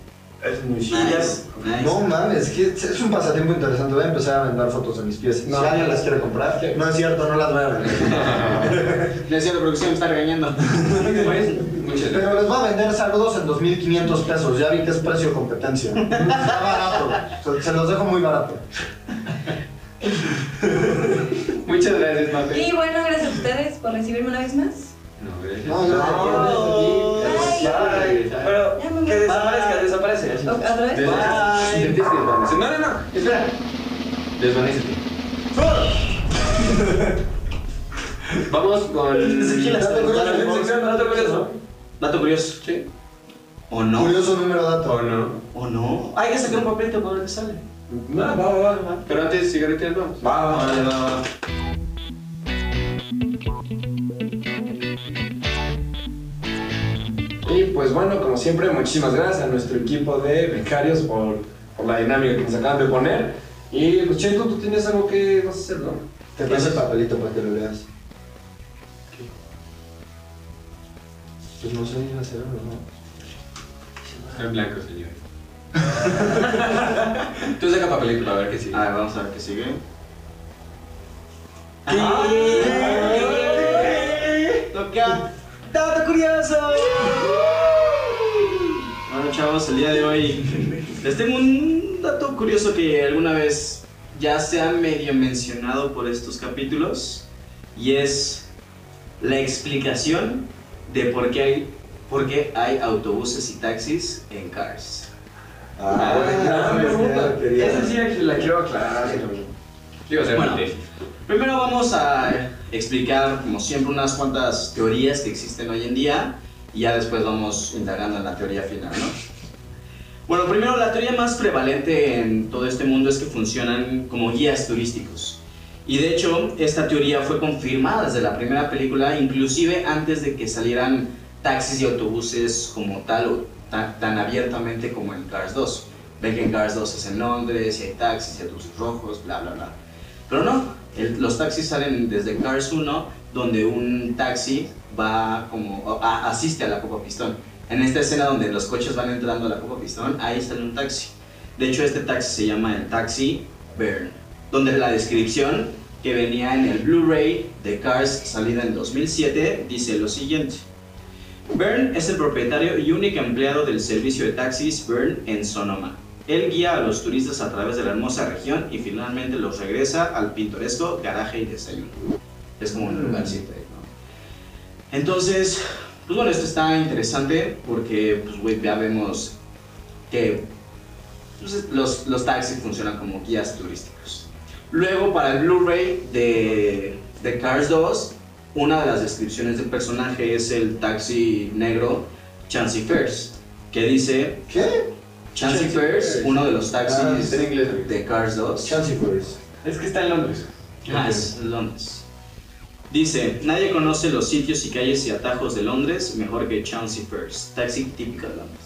Speaker 8: Es muy
Speaker 4: Nice, nice.
Speaker 3: No mames, que es un pasatiempo interesante. Voy a empezar a vender fotos de mis pies.
Speaker 8: No.
Speaker 3: si alguien las quiere comprar, no es cierto, no las voy a vender.
Speaker 4: Decía la producción, me está regañando.
Speaker 1: Muchas gracias.
Speaker 3: Pero les voy a vender saludos en 2.500 pesos. Ya vi que es precio competencia. Está barato. Se- Se los dejo muy barato.
Speaker 1: Muchas gracias, Mafe.
Speaker 10: Y bueno, gracias a ustedes por recibirme una vez más.
Speaker 1: No, gracias.
Speaker 3: No, gracias.
Speaker 2: Bye. Pero
Speaker 10: Ya me voy.
Speaker 2: que desaparezca, desaparece.
Speaker 10: ¿O- ¿Otra vez?
Speaker 1: Desvanece- Te tienes que desvanecer. No, no, no. Espera. Desvanécete. Vamos con.
Speaker 3: Date cuenta que vos-
Speaker 8: No te acuerdas, ¿no?
Speaker 4: Dato curioso.
Speaker 1: Sí.
Speaker 4: ¿O no?
Speaker 3: Curioso número
Speaker 1: ¿O
Speaker 3: dato.
Speaker 1: no?
Speaker 4: ¿O no? Hay que sacar un papelito para ver qué sale.
Speaker 8: No, va, va, va, va.
Speaker 1: Pero antes, cigarritas, vamos.
Speaker 8: Va, va, va. Y pues bueno, como siempre, muchísimas gracias a nuestro equipo de becarios por, por la dinámica que nos acaban de poner. Y pues Cheto, tú tienes algo que vas a hacer, ¿no?
Speaker 3: Te paso el papelito para que lo leas. Pues no sé ni hacer, ¿no?
Speaker 1: Está en blanco, señor. Tú saca papelito para ver qué sigue.
Speaker 4: A ver, vamos a ver qué sigue. Toca Dato Curioso. Bueno, chavos, el día de hoy les tengo un dato curioso que alguna vez ya se ha medio mencionado por estos capítulos y es la explicación de por qué hay, por qué hay autobuses y taxis en Cars.
Speaker 3: Ah,
Speaker 8: Ah,
Speaker 3: ya,
Speaker 8: me
Speaker 3: ya,
Speaker 8: gusta.
Speaker 3: quería.
Speaker 8: Esa sí la que- la quiero aclarar.
Speaker 1: Digo, se
Speaker 4: Bueno.
Speaker 1: mate.
Speaker 4: Primero vamos a explicar, como siempre, unas cuantas teorías que existen hoy en día y ya después vamos indagando en la teoría final, ¿no? Bueno, primero, la teoría más prevalente en todo este mundo es que funcionan como guías turísticos. Y de hecho, esta teoría fue confirmada desde la primera película, inclusive antes de que salieran taxis y autobuses como tal o ta- tan abiertamente como en Cars 2. Ven que en Cars 2 es en Londres y hay taxis y autobuses rojos, bla, bla, bla. Pero no, el- los taxis salen desde Cars 1, donde un taxi va como a- asiste a la Copa Pistón. En esta escena donde los coches van entrando a la Copa Pistón, ahí sale un taxi. De hecho, este taxi se llama el Taxi Bern, donde la descripción que venía en el Blu-ray de Cars salida en 2007 dice lo siguiente. Bern es el propietario y único empleado del servicio de taxis Bern en Sonoma. Él guía a los turistas a través de la hermosa región y finalmente los regresa al pintoresco garaje y desayuno. Es como un lugarcito ahí, ¿no? Entonces, pues bueno, esto está interesante porque, pues, güey, ya vemos que pues, los, los taxis funcionan como guías turísticos. Luego, para el Blu-ray de, de Cars 2, una de las descripciones del personaje es el taxi negro Chancey Fairs, que dice
Speaker 3: ¿Qué?
Speaker 4: Chancey
Speaker 3: Chancey
Speaker 4: Fairs,
Speaker 3: Fairs.
Speaker 4: uno de los taxis
Speaker 3: Ah,
Speaker 1: Está en inglés, amigo.
Speaker 4: de Cars 2.
Speaker 3: Chancey Furs.
Speaker 2: Es que está en Londres.
Speaker 4: Ah, es Londres. Dice, nadie conoce los sitios y calles y atajos de Londres mejor que Chancey Fairs, taxi típico de Londres.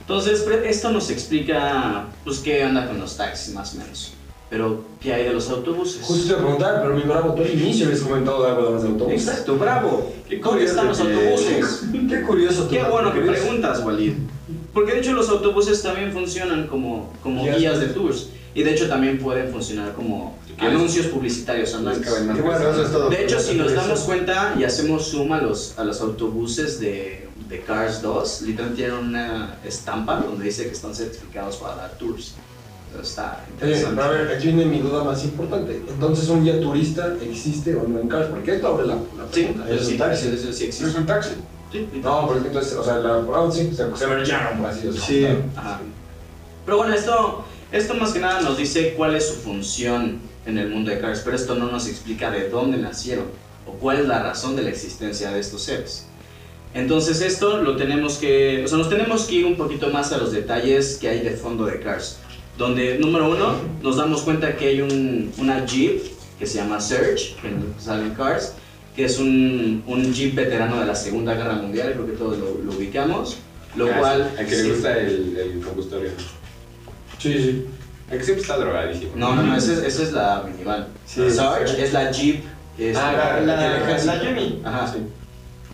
Speaker 4: Entonces, pre- esto nos explica, pues, qué onda con los taxis, más o menos. Pero, ¿qué hay de los autobuses?
Speaker 8: Justo te voy a preguntar, pero mi bravo, tú al inicio habías comentado algo de los autobuses.
Speaker 4: Exacto, bravo. ¿Dónde están los
Speaker 8: que-
Speaker 4: autobuses?
Speaker 8: Qué curioso. tú,
Speaker 4: Qué
Speaker 8: bravo,
Speaker 4: bueno que
Speaker 8: curioso.
Speaker 4: preguntas, Walid. Porque de hecho los autobuses también funcionan como, como
Speaker 8: Guías.
Speaker 4: guías de tours. Y de hecho también pueden funcionar como
Speaker 8: Ah,
Speaker 1: quieres?
Speaker 4: anuncios publicitarios online.
Speaker 3: Qué bueno, eso es todo.
Speaker 4: De hecho, si nos
Speaker 3: Eso.
Speaker 4: damos cuenta y hacemos suma a los, a los autobuses de, de Cars 2, literalmente tienen una estampa donde dice que están certificados para dar tours. Entonces, está
Speaker 8: Oye,
Speaker 4: interesante.
Speaker 8: pero Eh, a ver, aquí viene mi duda más importante. Entonces, ¿un guía turista existe o no en Cars? Porque esto abre la, la
Speaker 4: Sí,
Speaker 8: pregunta.
Speaker 4: eso
Speaker 3: un
Speaker 4: sí,
Speaker 3: taxi.
Speaker 4: eso sí
Speaker 8: ¿Es
Speaker 4: existe.
Speaker 8: un taxi?
Speaker 4: Sí,
Speaker 8: No, porque entonces, o sea, la, ah, sí, se, se mergearon, por así decirlo.
Speaker 3: Sí.
Speaker 4: Ajá. Pero bueno, esto, esto más que nada nos dice cuál es su función en el mundo de Cars, pero esto no nos explica de dónde nacieron o cuál es la razón de la existencia de estos seres. Entonces esto lo tenemos que, o sea, nos tenemos que ir un poquito más a los detalles que hay de fondo de Cars, donde número uno nos damos cuenta que hay un, una Jeep que se llama Surge, que sale en Cars, que es un, un Jeep veterano de la Segunda Guerra Mundial, creo que todos lo, lo ubicamos, lo
Speaker 1: Ah,
Speaker 4: cual...
Speaker 1: A que
Speaker 4: sí.
Speaker 1: le gusta el, el combustorio.
Speaker 8: Sí, sí.
Speaker 1: A que siempre está drogadísimo.
Speaker 4: No, no, no, esa es, esa es la minivan.
Speaker 3: Sí.
Speaker 4: Sarge es la Jeep. es-
Speaker 1: Ah,
Speaker 2: La,
Speaker 1: claro,
Speaker 2: la,
Speaker 1: tiene
Speaker 2: la,
Speaker 1: casi-
Speaker 2: Yumi.
Speaker 4: Ajá.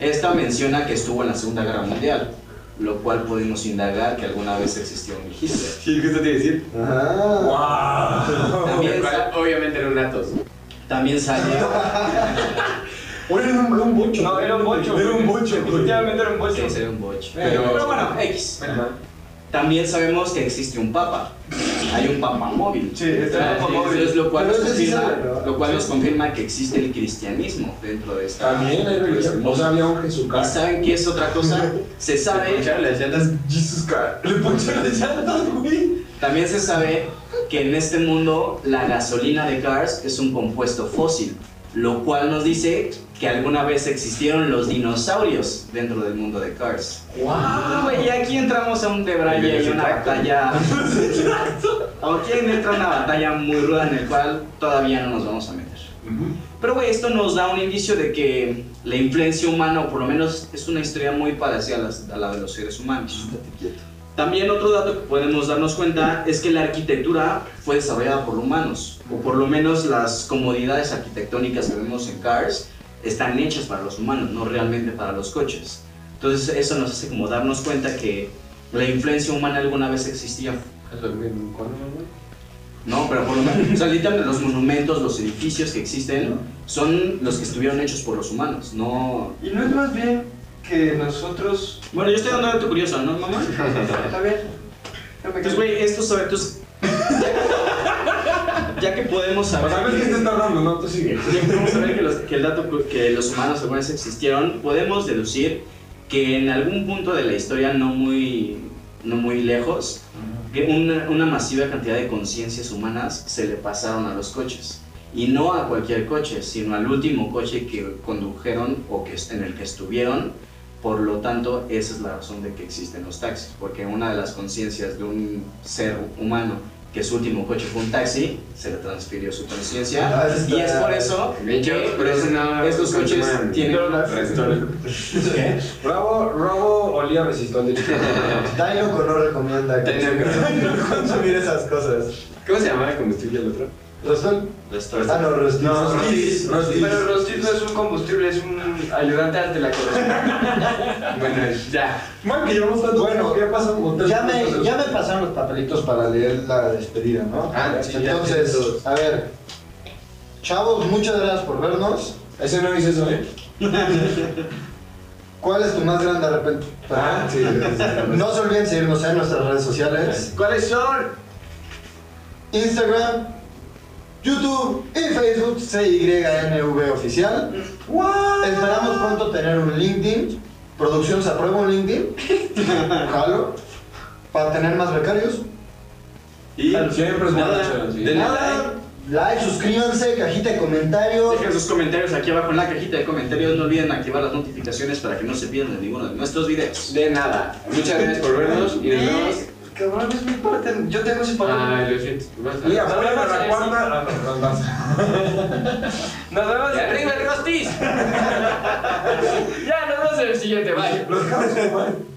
Speaker 4: Esta menciona que estuvo en la Segunda Guerra Mundial, lo cual podemos indagar que alguna vez existió un Hitler.
Speaker 1: Sí, ¿qué te iba a decir?
Speaker 3: Ah.
Speaker 8: ¡Wow!
Speaker 4: También,
Speaker 1: El cual
Speaker 4: sa-
Speaker 1: Obviamente eran ratos.
Speaker 4: también sale.
Speaker 8: Bueno, era un, era un bocho.
Speaker 2: No, era un bocho.
Speaker 8: Era un bocho. güey.
Speaker 2: Definitivamente era un bocho.
Speaker 4: Sí, sería un boche.
Speaker 1: Pero-
Speaker 4: Pero bueno, X.
Speaker 1: Ajá.
Speaker 4: También sabemos que existe un papa. Hay un papa móvil.
Speaker 2: Sí, está el Papa
Speaker 4: Sí,
Speaker 2: móvil.
Speaker 4: es lo cual,
Speaker 3: Pero
Speaker 4: nos
Speaker 3: ese sí
Speaker 4: confirma,
Speaker 3: sabe, ¿verdad?
Speaker 4: lo cual nos confirma que existe el cristianismo dentro de esta.
Speaker 8: También hay religión. O sea, había un Jesucristo.
Speaker 4: ¿Y saben qué es otra cosa? Se sabe
Speaker 1: Escucharon las llantas.
Speaker 8: Jesus Christ. Le poncharon las llantas, güey.
Speaker 4: También se sabe que en este mundo la gasolina de Cars es un compuesto fósil, lo cual nos dice que alguna vez existieron los dinosaurios dentro del mundo de Cars.
Speaker 8: ¡Wow!
Speaker 4: Ah, Güey, Y aquí entramos a un debraye y una batalla. Aquí entra una batalla muy ruda en el cual todavía no nos vamos a meter. Pero güey, esto nos da un indicio de que la influencia humana, o por lo menos es una historia muy parecida a las- a la de los seres humanos. También otro dato que podemos darnos cuenta es que la arquitectura fue desarrollada por humanos, o por lo menos las comodidades arquitectónicas que vemos en Cars están hechas para los humanos, no realmente para los coches. Entonces eso nos hace como darnos cuenta que la influencia humana alguna vez existía.
Speaker 1: Es lo mismo, ¿cuándo, güey?
Speaker 4: No, pero por lo menos, o sea, literalmente los monumentos, los edificios que existen son los que estuvieron hechos por los humanos, no...
Speaker 2: Y no es más bien que nosotros.
Speaker 4: Bueno, yo estoy dando un dato curioso, ¿no, mamá?
Speaker 2: A ver. no me
Speaker 4: Entonces, güey, estos datos... ya que podemos
Speaker 8: O
Speaker 4: saber...
Speaker 8: sea, ves que estás tardando, ¿no? Tú sigue.
Speaker 4: Ya que vamos a ver que, los, que el dato cu- que los humanos alguna vez existieron, podemos deducir que en algún punto de la historia no muy, no muy lejos, que una, una masiva cantidad de conciencias humanas se le pasaron a los coches. Y no a cualquier coche, sino al último coche que condujeron o que, est- en el que estuvieron Por lo tanto, esa es la razón de que existen los taxis, porque una de las conciencias de un ser humano que su último coche fue un taxi, se le transfirió su conciencia.
Speaker 3: Ah, eso está-
Speaker 4: Y es por eso
Speaker 1: Bien,
Speaker 4: que
Speaker 1: pero eso no-
Speaker 4: estos coches
Speaker 1: Superman.
Speaker 4: tienen...
Speaker 1: Restaurante.
Speaker 4: ¿Qué?
Speaker 8: Bravo, robo, olía resistón.
Speaker 3: Dinoco no recomienda que
Speaker 1: Dinoco.
Speaker 3: consumir esas cosas.
Speaker 1: ¿Cómo se llamaba el combustible el otro?
Speaker 3: Rostón. Ah,
Speaker 1: Restaurante.
Speaker 3: no, Rostis.
Speaker 2: No, Rostis.
Speaker 3: Rostis.
Speaker 2: Pero Rostis no es un combustible, es un ayudante ante la corrupción.
Speaker 1: Bueno, ya.
Speaker 8: Man, que llevamos tanto
Speaker 3: Bueno,
Speaker 8: tiempo, ya pasan como tres
Speaker 3: Ya me,
Speaker 8: minutos.
Speaker 3: ya me pasaron los papelitos para leer la despedida, ¿no?
Speaker 1: Ah, sí, ya tienes
Speaker 3: Entonces, a ver. Chavos, muchas gracias por vernos.
Speaker 8: Ese no dice eso, ¿eh?
Speaker 3: ¿Cuál es tu más grande arrepentimiento?
Speaker 8: Ah, sí.
Speaker 3: No se olviden seguirnos en nuestras redes sociales.
Speaker 2: ¿Cuáles son?
Speaker 3: Instagram, YouTube y Facebook CYNV oficial. Esperamos pronto tener un LinkedIn. Producción se aprueba un LinkedIn. Jalo. Para tener más becarios.
Speaker 1: Y
Speaker 8: Siempre es
Speaker 1: nada,
Speaker 8: borracho, sí.
Speaker 1: de nada.
Speaker 3: Nada. Like, suscríbanse, cajita de comentarios.
Speaker 4: Dejen sus comentarios aquí abajo en la cajita de comentarios. No olviden activar las notificaciones para que no se pierdan ninguno de nuestros videos.
Speaker 1: De nada. Muchas gracias por vernos y nos vemos.
Speaker 2: Cabrón, es mi parte. Yo tengo ese papel.
Speaker 1: Ay, lo siento. Bueno,
Speaker 8: Y aprueba la cuarta. Ah, no, no, no.
Speaker 2: Nos vemos
Speaker 1: ¡Y
Speaker 2: en
Speaker 1: arriba el rostis!
Speaker 2: Ya nos vemos en el siguiente, bye.
Speaker 8: Los cabros, man.